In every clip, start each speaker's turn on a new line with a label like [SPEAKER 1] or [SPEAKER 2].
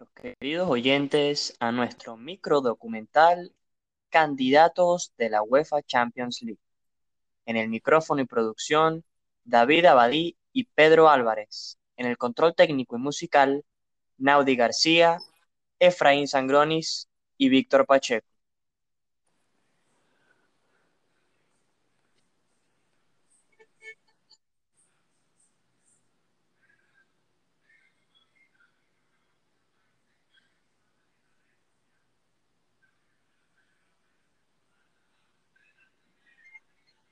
[SPEAKER 1] los queridos oyentes a nuestro microdocumental Candidatos de la UEFA Champions League. En el micrófono y producción, David Abadí y Pedro Álvarez. En el control técnico y musical, Naudi García, Efraín Sangronis y Víctor Pacheco.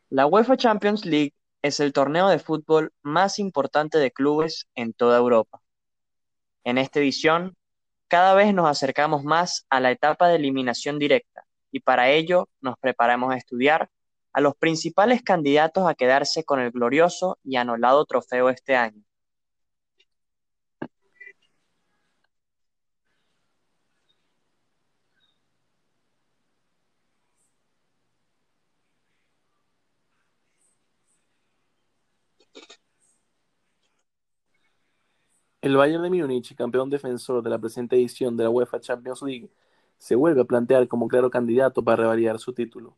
[SPEAKER 1] La UEFA Champions League es el torneo de fútbol más importante de clubes en toda Europa. En esta edición, cada vez nos acercamos más a la etapa de eliminación directa y para ello nos preparamos a estudiar a los principales candidatos a quedarse con el glorioso y anulado trofeo este año.
[SPEAKER 2] El Bayern de Múnich, campeón defensor de la presente edición de la UEFA Champions League, se vuelve a plantear como claro candidato para revalidar su título,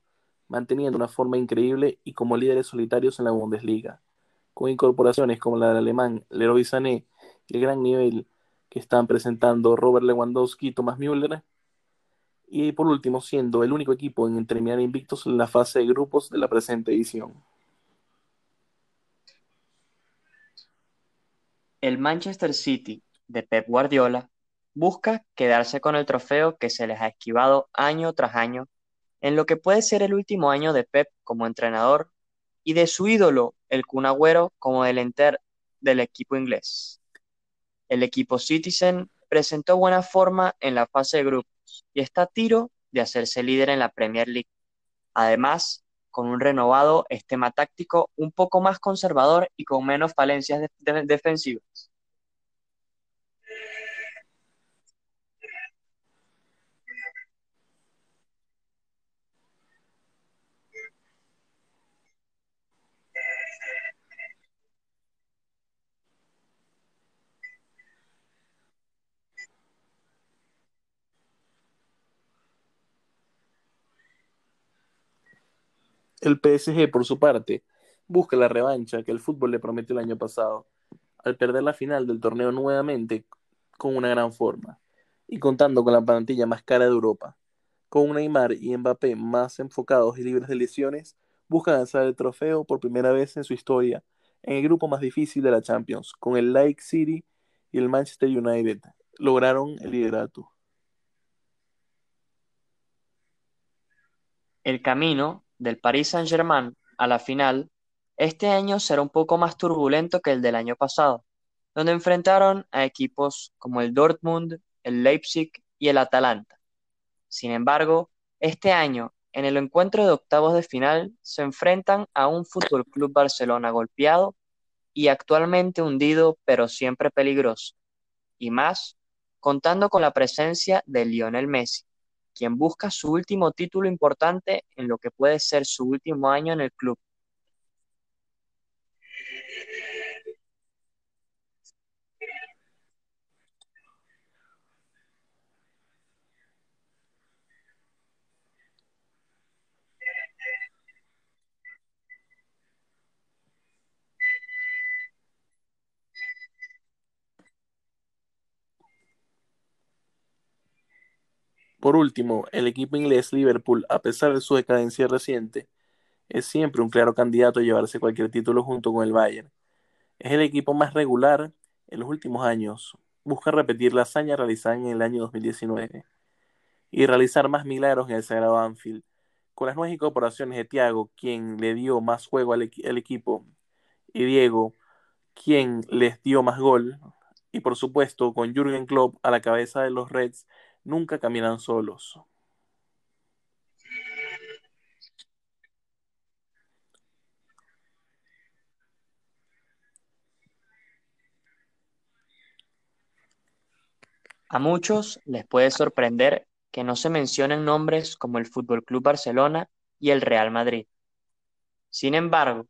[SPEAKER 2] manteniendo una forma increíble y como líderes solitarios en la Bundesliga, con incorporaciones como la del alemán Leroy Sané y el gran nivel que están presentando Robert Lewandowski y Thomas Müller, y por último siendo el único equipo en terminar invictos en la fase de grupos de la presente edición.
[SPEAKER 1] El Manchester City de Pep Guardiola busca quedarse con el trofeo que se les ha esquivado año tras año en lo que puede ser el último año de Pep como entrenador y de su ídolo, el Kun Agüero, como delantero del equipo inglés. El equipo Citizen presentó buena forma en la fase de grupos y está a tiro de hacerse líder en la Premier League. Además, con un renovado esquema táctico un poco más conservador y con menos falencias de de defensivas.
[SPEAKER 2] El PSG, por su parte, busca la revancha que el fútbol le prometió el año pasado, al perder la final del torneo nuevamente con una gran forma y contando con la plantilla más cara de Europa. Con Neymar y Mbappé más enfocados y libres de lesiones, buscan alzar el trofeo por primera vez en su historia en el grupo más difícil de la Champions, con el Lake City y el Manchester United. Lograron el liderato.
[SPEAKER 1] El camino del Paris Saint-Germain a la final, este año será un poco más turbulento que el del año pasado, donde enfrentaron a equipos como el Dortmund, el Leipzig y el Atalanta. Sin embargo, este año, en el encuentro de octavos de final, se enfrentan a un Fútbol Club Barcelona golpeado y actualmente hundido, pero siempre peligroso, y más contando con la presencia de Lionel Messi quien busca su último título importante en lo que puede ser su último año en el club.
[SPEAKER 2] Por último, el equipo inglés Liverpool, a pesar de su decadencia reciente, es siempre un claro candidato a llevarse cualquier título junto con el Bayern. Es el equipo más regular en los últimos años. Busca repetir la hazaña realizada en el año 2019 y realizar más milagros en el Sagrado Anfield. Con las nuevas incorporaciones de Thiago, quien le dio más juego al, equ al equipo, y Diego, quien les dio más gol, y por supuesto con Jürgen Klopp a la cabeza de los Reds, nunca caminan solos.
[SPEAKER 1] A muchos les puede sorprender que no se mencionen nombres como el Fútbol Club Barcelona y el Real Madrid. Sin embargo,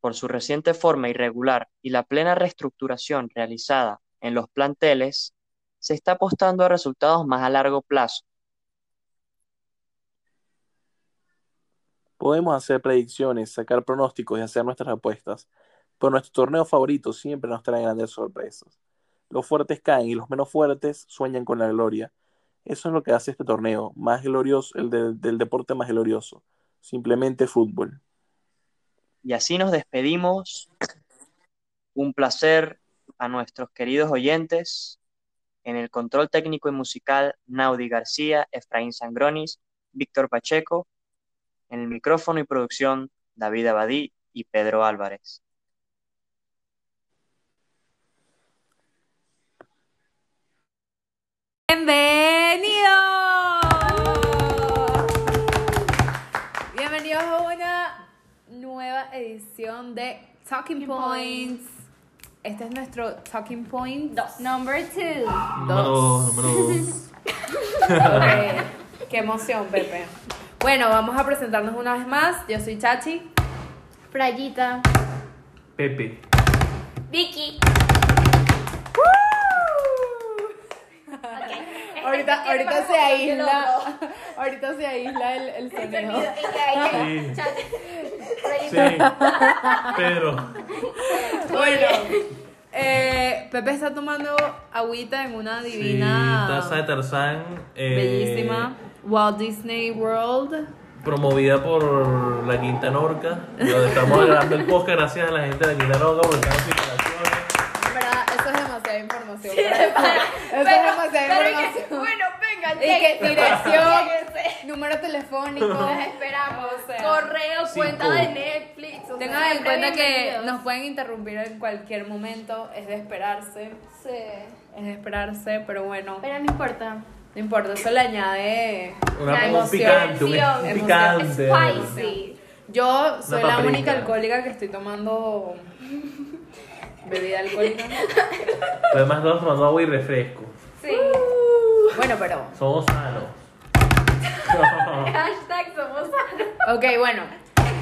[SPEAKER 1] por su reciente forma irregular y la plena reestructuración realizada en los planteles, se está apostando a resultados más a largo plazo.
[SPEAKER 2] Podemos hacer predicciones, sacar pronósticos y hacer nuestras apuestas, pero nuestros torneos favoritos siempre nos traen grandes sorpresas. Los fuertes caen y los menos fuertes sueñan con la gloria. Eso es lo que hace este torneo, más glorioso, el de- del deporte más glorioso, simplemente fútbol.
[SPEAKER 1] Y así nos despedimos. Un placer a nuestros queridos oyentes. En el control técnico y musical, Naudi García, Efraín Sangronis, Víctor Pacheco. En el micrófono y producción, David Abadí y Pedro Álvarez.
[SPEAKER 3] Bienvenidos. Bienvenidos a una nueva edición de Talking Points. Este es nuestro Talking Point
[SPEAKER 4] Dos.
[SPEAKER 3] number two.
[SPEAKER 5] Número dos, número dos.
[SPEAKER 3] Ok, Qué emoción, Pepe. Bueno, vamos a presentarnos una vez más. Yo soy Chachi.
[SPEAKER 4] Frayita.
[SPEAKER 5] Pepe.
[SPEAKER 4] Vicky.
[SPEAKER 3] Ahorita, ahorita se aísla. Ahorita se aísla el, el sonido.
[SPEAKER 5] Sí. Sí. Pero.
[SPEAKER 3] Bueno, eh, Pepe está tomando agüita en una
[SPEAKER 5] Sí,
[SPEAKER 3] divina.
[SPEAKER 5] taza de Tarzán. eh,
[SPEAKER 3] Bellísima. Walt Disney World.
[SPEAKER 5] Promovida por la Quinta Norca. Donde estamos grabando el podcast gracias a la gente de la Quinta Norca por estas instalaciones.
[SPEAKER 3] En verdad, eso es demasiada información. para- eso es demasiada información.
[SPEAKER 4] Bueno, venga,
[SPEAKER 3] Y que
[SPEAKER 4] lléguense,
[SPEAKER 3] dirección,
[SPEAKER 4] lléguense.
[SPEAKER 3] número telefónico.
[SPEAKER 4] Los esperamos.
[SPEAKER 3] O sea.
[SPEAKER 4] Correo,
[SPEAKER 5] Cinco.
[SPEAKER 4] cuenta de Netflix. o sea,
[SPEAKER 3] Tengan en
[SPEAKER 4] siempre
[SPEAKER 3] cuenta que
[SPEAKER 4] bienvenidos.
[SPEAKER 3] nos pueden interrumpir en cualquier momento. Es de esperarse.
[SPEAKER 4] Sí.
[SPEAKER 3] Es de esperarse, pero bueno,
[SPEAKER 4] Pero no importa.
[SPEAKER 3] no importa. Eso le añade.
[SPEAKER 4] La
[SPEAKER 5] Una, un
[SPEAKER 4] emoción.
[SPEAKER 5] picante, un, un
[SPEAKER 3] Emoción.
[SPEAKER 5] picante.
[SPEAKER 4] Spicy.
[SPEAKER 3] Yo soy
[SPEAKER 5] Una
[SPEAKER 3] la
[SPEAKER 5] paprika.
[SPEAKER 3] única alcohólica que estoy tomando bebida alcohólica.
[SPEAKER 5] Pero además estamos tomando agua y refresco.
[SPEAKER 4] Sí.
[SPEAKER 3] Bueno, pero.
[SPEAKER 5] Somos sanos.
[SPEAKER 4] Hashtag somos sanos.
[SPEAKER 3] Ok, bueno.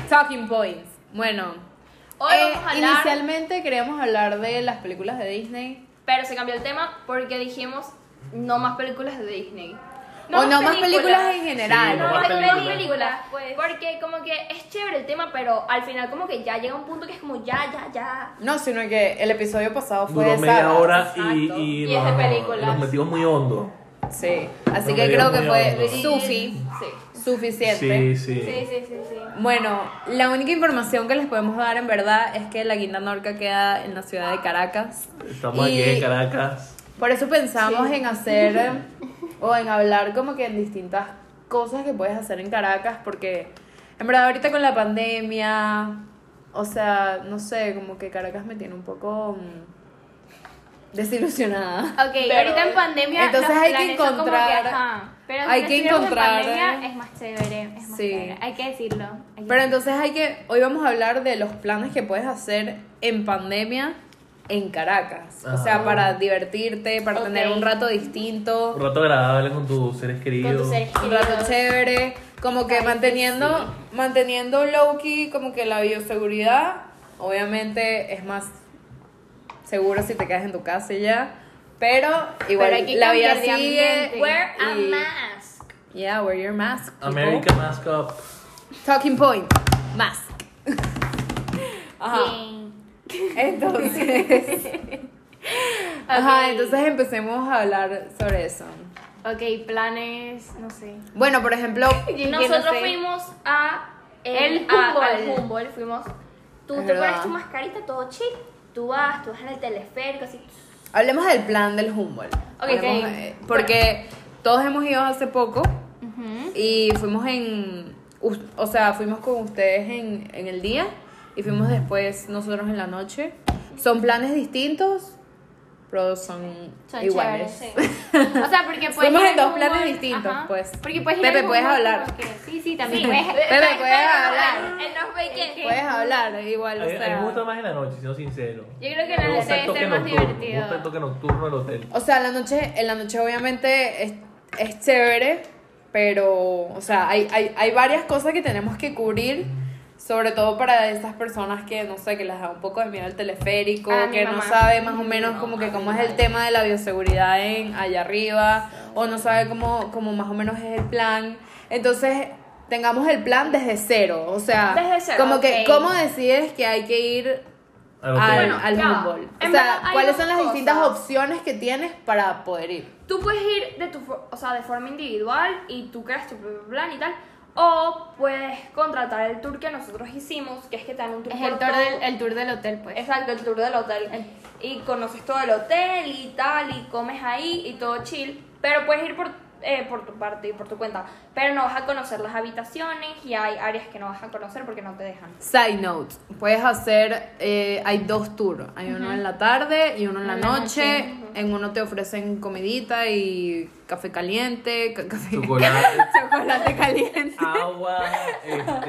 [SPEAKER 3] Talking points. Bueno.
[SPEAKER 4] Hoy
[SPEAKER 3] eh,
[SPEAKER 4] vamos a hablar.
[SPEAKER 3] inicialmente queríamos hablar de las películas de Disney.
[SPEAKER 4] Pero se cambió el tema porque dijimos no más películas de Disney.
[SPEAKER 3] o no más películas en general.
[SPEAKER 5] Sí,
[SPEAKER 4] No,
[SPEAKER 5] no
[SPEAKER 4] más
[SPEAKER 5] más
[SPEAKER 4] películas,
[SPEAKER 5] películas.
[SPEAKER 4] pues. porque como que es chévere el tema, pero al final como que ya llega un punto que es como ya, ya, ya.
[SPEAKER 3] No, sino que el episodio pasado fue
[SPEAKER 5] Duró
[SPEAKER 3] de
[SPEAKER 5] media
[SPEAKER 3] sagas.
[SPEAKER 5] hora
[SPEAKER 3] Exacto.
[SPEAKER 5] y, y,
[SPEAKER 4] Y es de
[SPEAKER 5] nos-
[SPEAKER 4] películas.
[SPEAKER 5] nos metimos muy hondo.
[SPEAKER 3] Sí. Así
[SPEAKER 5] Duró
[SPEAKER 3] que
[SPEAKER 5] media
[SPEAKER 3] creo que
[SPEAKER 5] hora.
[SPEAKER 3] fue
[SPEAKER 5] Sí.
[SPEAKER 3] sufi,
[SPEAKER 4] Sí.
[SPEAKER 3] suficiente.
[SPEAKER 5] sí.
[SPEAKER 4] Sí, sí, sí, sí.
[SPEAKER 3] Bueno, la única información que les podemos dar en verdad es que la Guinda Norca queda en la ciudad de Caracas.
[SPEAKER 5] Estamos
[SPEAKER 3] Y-
[SPEAKER 5] aquí en Caracas.
[SPEAKER 3] Por eso pensamos en hacer eh, o en hablar como que en distintas cosas que puedes hacer en Caracas, porque en verdad ahorita con la pandemia, o sea, no sé, como que Caracas me tiene un poco mm, desilusionada.
[SPEAKER 4] Ok, ahorita en pandemia
[SPEAKER 3] Entonces
[SPEAKER 4] los
[SPEAKER 3] hay que
[SPEAKER 4] planes son como
[SPEAKER 3] encontrar-
[SPEAKER 4] ajá, pero
[SPEAKER 3] hay
[SPEAKER 4] si
[SPEAKER 3] que
[SPEAKER 4] estuviéramos
[SPEAKER 3] encontrar,
[SPEAKER 4] en pandemia,
[SPEAKER 3] eh.
[SPEAKER 4] es más chévere, es más
[SPEAKER 3] Sí.
[SPEAKER 4] chévere. Hay que decirlo. hay que
[SPEAKER 3] Pero
[SPEAKER 4] decirlo.
[SPEAKER 3] entonces hay que, hoy vamos a hablar de los planes que puedes hacer en pandemia en Caracas, o sea,
[SPEAKER 5] Ajá.
[SPEAKER 3] para divertirte, para tener
[SPEAKER 4] Ok.
[SPEAKER 3] un rato distinto.
[SPEAKER 5] Un rato agradable con tus seres queridos.
[SPEAKER 4] con tus seres
[SPEAKER 3] un rato
[SPEAKER 4] queridos.
[SPEAKER 3] chévere, como que
[SPEAKER 4] Ay, pues
[SPEAKER 3] manteniendo, manteniendo low key como que la bioseguridad, obviamente es más seguro si te quedas en tu casa y ya, pero igual
[SPEAKER 4] Pero hay que
[SPEAKER 3] la vida
[SPEAKER 4] cambiar de
[SPEAKER 3] sigue.
[SPEAKER 4] ambiente. Wear a
[SPEAKER 3] y-
[SPEAKER 4] mask.
[SPEAKER 3] Yeah, wear your mask. people.
[SPEAKER 5] America Mask Up.
[SPEAKER 3] Talking point, mask. Ajá.
[SPEAKER 4] Bien.
[SPEAKER 3] Entonces, ajá,
[SPEAKER 4] Ok.
[SPEAKER 3] entonces empecemos a hablar sobre eso.
[SPEAKER 4] Ok, planes, no sé.
[SPEAKER 3] Bueno, por ejemplo,
[SPEAKER 4] Y nosotros
[SPEAKER 3] no sé.
[SPEAKER 4] fuimos a eh,
[SPEAKER 3] El
[SPEAKER 4] a- al
[SPEAKER 3] Humboldt.
[SPEAKER 4] Humboldt, fuimos. Tú
[SPEAKER 3] Es
[SPEAKER 4] te
[SPEAKER 3] verdad.
[SPEAKER 4] pones tu mascarita, todo chic. Tú vas, tú vas en el teleférico, así.
[SPEAKER 3] Hablemos del plan del Humboldt.
[SPEAKER 4] Ok,
[SPEAKER 3] Hablemos,
[SPEAKER 4] ok.
[SPEAKER 3] eh, porque todos hemos ido hace poco y fuimos en. us- O sea, fuimos con ustedes en, en el día y fuimos después nosotros en la noche. Son planes distintos, pero son,
[SPEAKER 4] Son
[SPEAKER 3] iguales.
[SPEAKER 4] chéveres, sí. O sea, porque puedes.
[SPEAKER 3] Fuimos
[SPEAKER 4] ir
[SPEAKER 3] en
[SPEAKER 4] al
[SPEAKER 3] dos planes
[SPEAKER 4] Humboldt,
[SPEAKER 3] distintos, pues.
[SPEAKER 4] Porque puedes ir
[SPEAKER 3] Pepe,
[SPEAKER 4] al
[SPEAKER 3] puedes
[SPEAKER 4] Humboldt
[SPEAKER 3] hablar.
[SPEAKER 4] como que- Sí, sí, también.
[SPEAKER 3] Sí.
[SPEAKER 4] puedes-
[SPEAKER 3] Pepe,
[SPEAKER 4] puedes
[SPEAKER 3] puedes hablar.
[SPEAKER 4] Él nos ve que.
[SPEAKER 3] Puedes hablar, igual,
[SPEAKER 5] A
[SPEAKER 3] o
[SPEAKER 5] mí- a mí
[SPEAKER 3] sea.
[SPEAKER 5] me gusta más en la noche, siendo sincero.
[SPEAKER 4] Yo creo que
[SPEAKER 5] Me
[SPEAKER 4] en la
[SPEAKER 5] gusta
[SPEAKER 4] noche
[SPEAKER 5] el
[SPEAKER 4] debe
[SPEAKER 5] toque
[SPEAKER 4] ser más
[SPEAKER 5] nocturno, Me gusta el
[SPEAKER 4] divertido.
[SPEAKER 5] toque nocturno del hotel.
[SPEAKER 3] O sea, la noche, en la noche obviamente es, es chévere, pero, o sea, hay, hay, hay varias cosas que tenemos que cubrir. Sobre todo para esas personas que, no sé, que les da un poco de miedo el teleférico,
[SPEAKER 4] Ah, mi
[SPEAKER 3] que no
[SPEAKER 4] mamá.
[SPEAKER 3] sabe más o menos
[SPEAKER 4] No,
[SPEAKER 3] como que
[SPEAKER 4] a mí
[SPEAKER 3] cómo
[SPEAKER 4] no.
[SPEAKER 3] es el tema de la bioseguridad en allá arriba, o no sabe cómo, cómo más o menos es el plan. Entonces, tengamos el plan desde cero, o sea,
[SPEAKER 4] Desde cero,
[SPEAKER 3] como
[SPEAKER 4] ok.
[SPEAKER 3] que cómo decides que hay que ir
[SPEAKER 5] Al hotel.
[SPEAKER 3] al,
[SPEAKER 4] Bueno,
[SPEAKER 3] al
[SPEAKER 4] ya va.
[SPEAKER 3] handball. O
[SPEAKER 4] En verdad
[SPEAKER 3] sea,
[SPEAKER 4] hay
[SPEAKER 3] ¿cuáles
[SPEAKER 4] dos
[SPEAKER 3] son las distintas
[SPEAKER 4] cosas.
[SPEAKER 3] opciones que tienes para poder ir?
[SPEAKER 4] Tú puedes ir de tu, fo- o sea, de forma individual y tú creas tu propio plan y tal. O puedes contratar el tour que nosotros hicimos, que es que te dan un tour
[SPEAKER 6] Es
[SPEAKER 4] por
[SPEAKER 6] el tour,
[SPEAKER 4] todo.
[SPEAKER 6] del, el tour del hotel, pues.
[SPEAKER 4] Exacto, el tour del hotel. Y conoces todo el hotel y tal, y comes ahí y todo chill. Pero puedes ir por, eh, por tu parte y por tu cuenta. Pero no vas a conocer las habitaciones y hay áreas que no vas a conocer porque no te dejan.
[SPEAKER 3] Side note, puedes hacer, eh, hay dos tours, hay uno en la tarde y uno en la noche, en uno te ofrecen comidita y café caliente, ca- café-
[SPEAKER 5] Chocolate,
[SPEAKER 3] chocolate caliente
[SPEAKER 5] Ah, agua,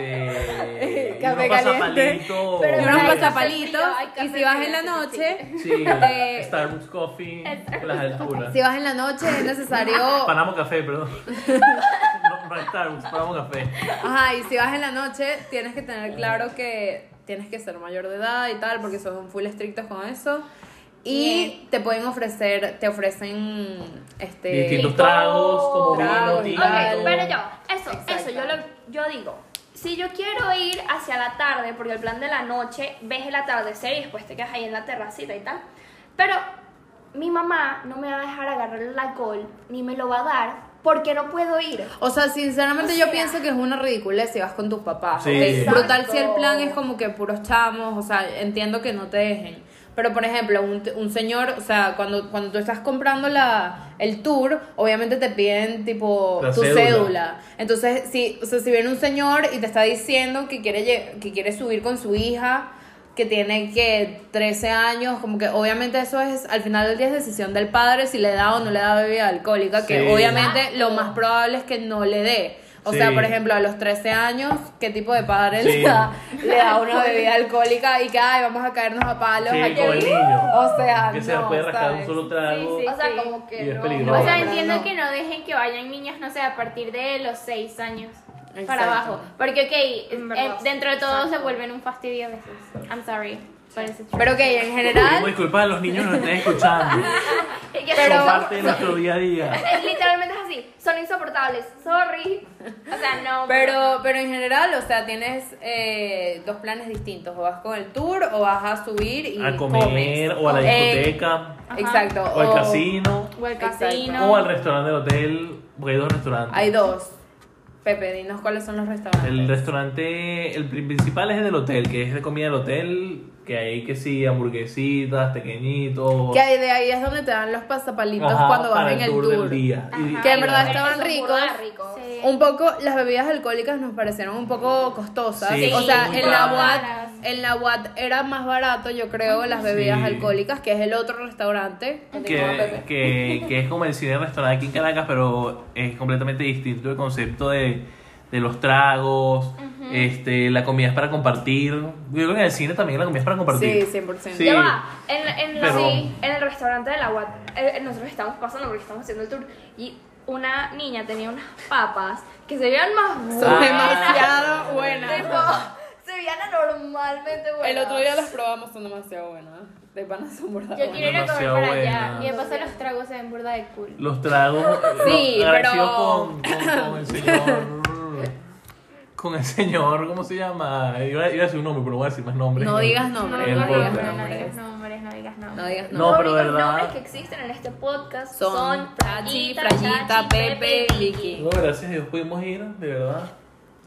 [SPEAKER 5] este.
[SPEAKER 3] Café
[SPEAKER 5] unos
[SPEAKER 3] caliente.
[SPEAKER 5] pasapalitos.
[SPEAKER 4] Pero
[SPEAKER 3] y unos
[SPEAKER 4] hay café
[SPEAKER 3] pasapalitos,
[SPEAKER 4] frío, hay
[SPEAKER 3] y
[SPEAKER 4] café
[SPEAKER 3] si vas en la
[SPEAKER 4] frío, sí,
[SPEAKER 3] noche,
[SPEAKER 5] Sí,
[SPEAKER 3] Eh,
[SPEAKER 5] Starbucks Coffee, las alturas.
[SPEAKER 3] si vas en la noche es necesario,
[SPEAKER 5] Panamo Café, perdón. No, no Starbucks, Panamo Café.
[SPEAKER 3] ajá, y si vas en la noche tienes que tener claro que tienes que ser mayor de edad y tal, porque son full estrictos con eso, y te pueden ofrecer, te ofrecen, este...
[SPEAKER 5] Distintos tragos, como
[SPEAKER 3] Tragos,
[SPEAKER 5] vino,
[SPEAKER 3] ok,
[SPEAKER 5] tinto.
[SPEAKER 4] Ok, pero yo, eso,
[SPEAKER 3] Exacto.
[SPEAKER 4] eso, yo, lo, yo digo, si yo quiero ir hacia la tarde, porque el plan de la noche, ves el atardecer y después te quedas ahí en la terracita y tal, pero mi mamá no me va a dejar agarrar el alcohol, ni me lo va a dar, porque no puedo ir.
[SPEAKER 3] O sea, sinceramente
[SPEAKER 4] O
[SPEAKER 3] yo
[SPEAKER 4] sea.
[SPEAKER 3] pienso que es una ridiculez si vas con tus papás.
[SPEAKER 5] Sí.
[SPEAKER 3] ¿ok?
[SPEAKER 5] Exacto.
[SPEAKER 3] Brutal si el plan es como que puros chamos, o sea, entiendo que no te dejen. Pero, por ejemplo, un, un señor, o sea, cuando, cuando tú estás comprando la, el tour, obviamente te piden, tipo,
[SPEAKER 5] La
[SPEAKER 3] tu cédula.
[SPEAKER 5] cédula.
[SPEAKER 3] Entonces, si, o sea, si viene un señor y te está diciendo que quiere, lle- que quiere subir con su hija, que tiene, que 13 años, como que obviamente eso es, al final del día es decisión del padre si le da o no le da bebida alcohólica,
[SPEAKER 5] Sí.
[SPEAKER 3] que obviamente lo más probable es que no le dé. O
[SPEAKER 5] Sí.
[SPEAKER 3] sea, por ejemplo, a los 13 años, ¿qué tipo de padre
[SPEAKER 5] Sí.
[SPEAKER 3] le, da, le da una bebida alcohólica y que, ay, vamos a caernos a palos
[SPEAKER 5] Sí,
[SPEAKER 3] aquí?
[SPEAKER 5] con el niño.
[SPEAKER 3] O sea,
[SPEAKER 5] que se
[SPEAKER 3] no,
[SPEAKER 5] puede rascar
[SPEAKER 3] ¿sabes?
[SPEAKER 5] un solo trago.
[SPEAKER 6] Sí, sí.
[SPEAKER 4] O sea, como que
[SPEAKER 5] Y es
[SPEAKER 4] no.
[SPEAKER 5] peligroso.
[SPEAKER 6] O sea,
[SPEAKER 3] no,
[SPEAKER 6] entiendo
[SPEAKER 3] no.
[SPEAKER 6] que no dejen que vayan niñas, no sé, a partir de los 6 años
[SPEAKER 3] Exacto.
[SPEAKER 6] para abajo. Porque, ok,
[SPEAKER 4] En verdad,
[SPEAKER 6] eh, dentro de todo se
[SPEAKER 4] exacto.
[SPEAKER 6] vuelven un fastidio a veces. I'm sorry. But it's the truth.
[SPEAKER 3] Pero que en
[SPEAKER 5] Pedimos
[SPEAKER 3] general,
[SPEAKER 5] disculpas a los niños que nos estén escuchando.
[SPEAKER 4] Y que
[SPEAKER 5] Son
[SPEAKER 4] son-
[SPEAKER 5] parte de nuestro día a día.
[SPEAKER 4] es literalmente es así, son insoportables, sorry. O sea, no.
[SPEAKER 3] pero, pero en general, o sea, tienes eh, dos planes distintos. O vas con el tour o vas a subir y
[SPEAKER 5] A comer,
[SPEAKER 3] comes.
[SPEAKER 5] o a la
[SPEAKER 3] Eh,
[SPEAKER 5] discoteca,
[SPEAKER 3] exacto.
[SPEAKER 5] o al casino,
[SPEAKER 6] O el
[SPEAKER 3] Exacto.
[SPEAKER 6] casino.
[SPEAKER 5] o al restaurante del hotel, porque hay dos restaurantes.
[SPEAKER 3] Hay dos. Pepe, dinos cuáles son los restaurantes.
[SPEAKER 5] El restaurante, el pri- principal es el del hotel, que es de comida del hotel, que hay que sí, hamburguesitas, pequeñitos.
[SPEAKER 3] Que ahí de ahí es donde te dan los pasapalitos
[SPEAKER 5] Ajá,
[SPEAKER 3] cuando vas
[SPEAKER 5] para
[SPEAKER 3] en el
[SPEAKER 5] tour
[SPEAKER 3] tour.
[SPEAKER 5] del día. Y-
[SPEAKER 3] Que en verdad
[SPEAKER 4] Ay,
[SPEAKER 3] estaban
[SPEAKER 4] son
[SPEAKER 3] ricos.
[SPEAKER 4] burda ricos.
[SPEAKER 6] Sí.
[SPEAKER 3] Un poco, las bebidas alcohólicas nos parecieron un poco costosas.
[SPEAKER 5] Sí,
[SPEAKER 3] o sea,
[SPEAKER 5] muy
[SPEAKER 3] en la,
[SPEAKER 6] caras.
[SPEAKER 3] UAT, en la UAT era más barato, yo creo, las bebidas
[SPEAKER 5] Sí.
[SPEAKER 3] alcohólicas, que es el otro restaurante. Continúa,
[SPEAKER 5] que,
[SPEAKER 3] Pepe.
[SPEAKER 5] que, que es como el cine restaurante aquí en Caracas, pero es completamente distinto el concepto de, de los tragos, este, la comida es para compartir. Yo creo que en el cine también la comida es para compartir.
[SPEAKER 3] Sí, 100%.
[SPEAKER 5] Sí.
[SPEAKER 4] Ya va, en, en, la-
[SPEAKER 5] Pero-
[SPEAKER 4] sí, en el restaurante de la UAT, eh, nosotros estábamos pasando porque estábamos haciendo el tour y una niña tenía unas papas que se veían más
[SPEAKER 3] Son
[SPEAKER 5] Ah.
[SPEAKER 3] demasiado
[SPEAKER 4] Tipo,
[SPEAKER 3] buenas.
[SPEAKER 4] se veían anormalmente buenas.
[SPEAKER 3] El otro día las probamos, son demasiado buenas. De pana son burda
[SPEAKER 6] Yo
[SPEAKER 3] buenas.
[SPEAKER 6] quiero ir a comer
[SPEAKER 5] Demasiado
[SPEAKER 6] para
[SPEAKER 5] buena.
[SPEAKER 6] allá. Y de paso los tragos se ven burda de cool.
[SPEAKER 5] Los tragos.
[SPEAKER 3] Sí,
[SPEAKER 5] lo- agradecido
[SPEAKER 3] pero-
[SPEAKER 5] Con, con- con el señor. Con el señor, ¿cómo se llama? Iba, iba a decir un nombre, pero no voy a decir más nombres.
[SPEAKER 3] No digas nombres,
[SPEAKER 5] El
[SPEAKER 6] no,
[SPEAKER 5] podcast.
[SPEAKER 6] digas nombres, no digas
[SPEAKER 3] nombres.
[SPEAKER 6] nombres, no digas nombres.
[SPEAKER 3] No digas
[SPEAKER 5] No,
[SPEAKER 4] Los
[SPEAKER 5] pero
[SPEAKER 4] únicos
[SPEAKER 5] verdad.
[SPEAKER 4] nombres que existen en este podcast
[SPEAKER 3] Son
[SPEAKER 4] son,
[SPEAKER 3] Tachi, Frayita, Pepe, Vicky.
[SPEAKER 5] No, gracias a Dios pudimos ir, de verdad.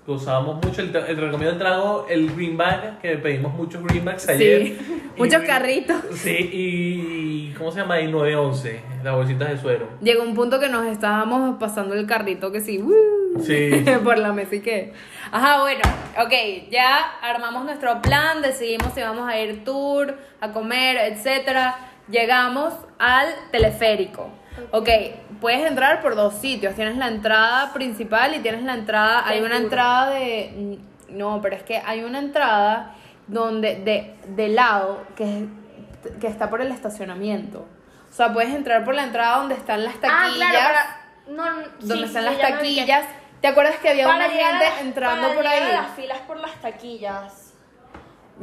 [SPEAKER 5] Gozábamos mucho. El, tra- el recomiendo el trago, el greenback, que pedimos muchos greenbacks ayer.
[SPEAKER 3] Sí.
[SPEAKER 5] Y-
[SPEAKER 3] Muchos carritos.
[SPEAKER 5] Sí, y. ¿Cómo se llama? Y 911, las bolsitas de suero.
[SPEAKER 3] Llegó un punto que nos estábamos pasando el carrito que sí, ¡uh!
[SPEAKER 5] Sí.
[SPEAKER 3] por la mesa y que. Ajá, bueno, ok, ya armamos nuestro plan, decidimos si vamos a ir tour, a comer, etcétera. Llegamos al teleférico. Ok, puedes entrar por dos sitios. Tienes la entrada principal y tienes la entrada. Hay
[SPEAKER 6] Del
[SPEAKER 3] una
[SPEAKER 6] tour.
[SPEAKER 3] entrada de. mm, No, pero es que hay una entrada donde. de, de lado que, es- que está por el estacionamiento. O
[SPEAKER 6] Ah,
[SPEAKER 3] sea, puedes entrar por la entrada donde están las taquillas
[SPEAKER 4] Ah, claro, para- no, no, sí,
[SPEAKER 3] donde
[SPEAKER 4] sí,
[SPEAKER 3] están
[SPEAKER 4] sí,
[SPEAKER 3] las
[SPEAKER 4] ya me ubiqué.
[SPEAKER 3] taquillas ¿Te acuerdas que había
[SPEAKER 4] Para
[SPEAKER 3] una
[SPEAKER 4] llegar a
[SPEAKER 3] gente
[SPEAKER 4] las-
[SPEAKER 3] entrando
[SPEAKER 4] para
[SPEAKER 3] por
[SPEAKER 4] llegar
[SPEAKER 3] ahí?
[SPEAKER 4] a las filas por las taquillas.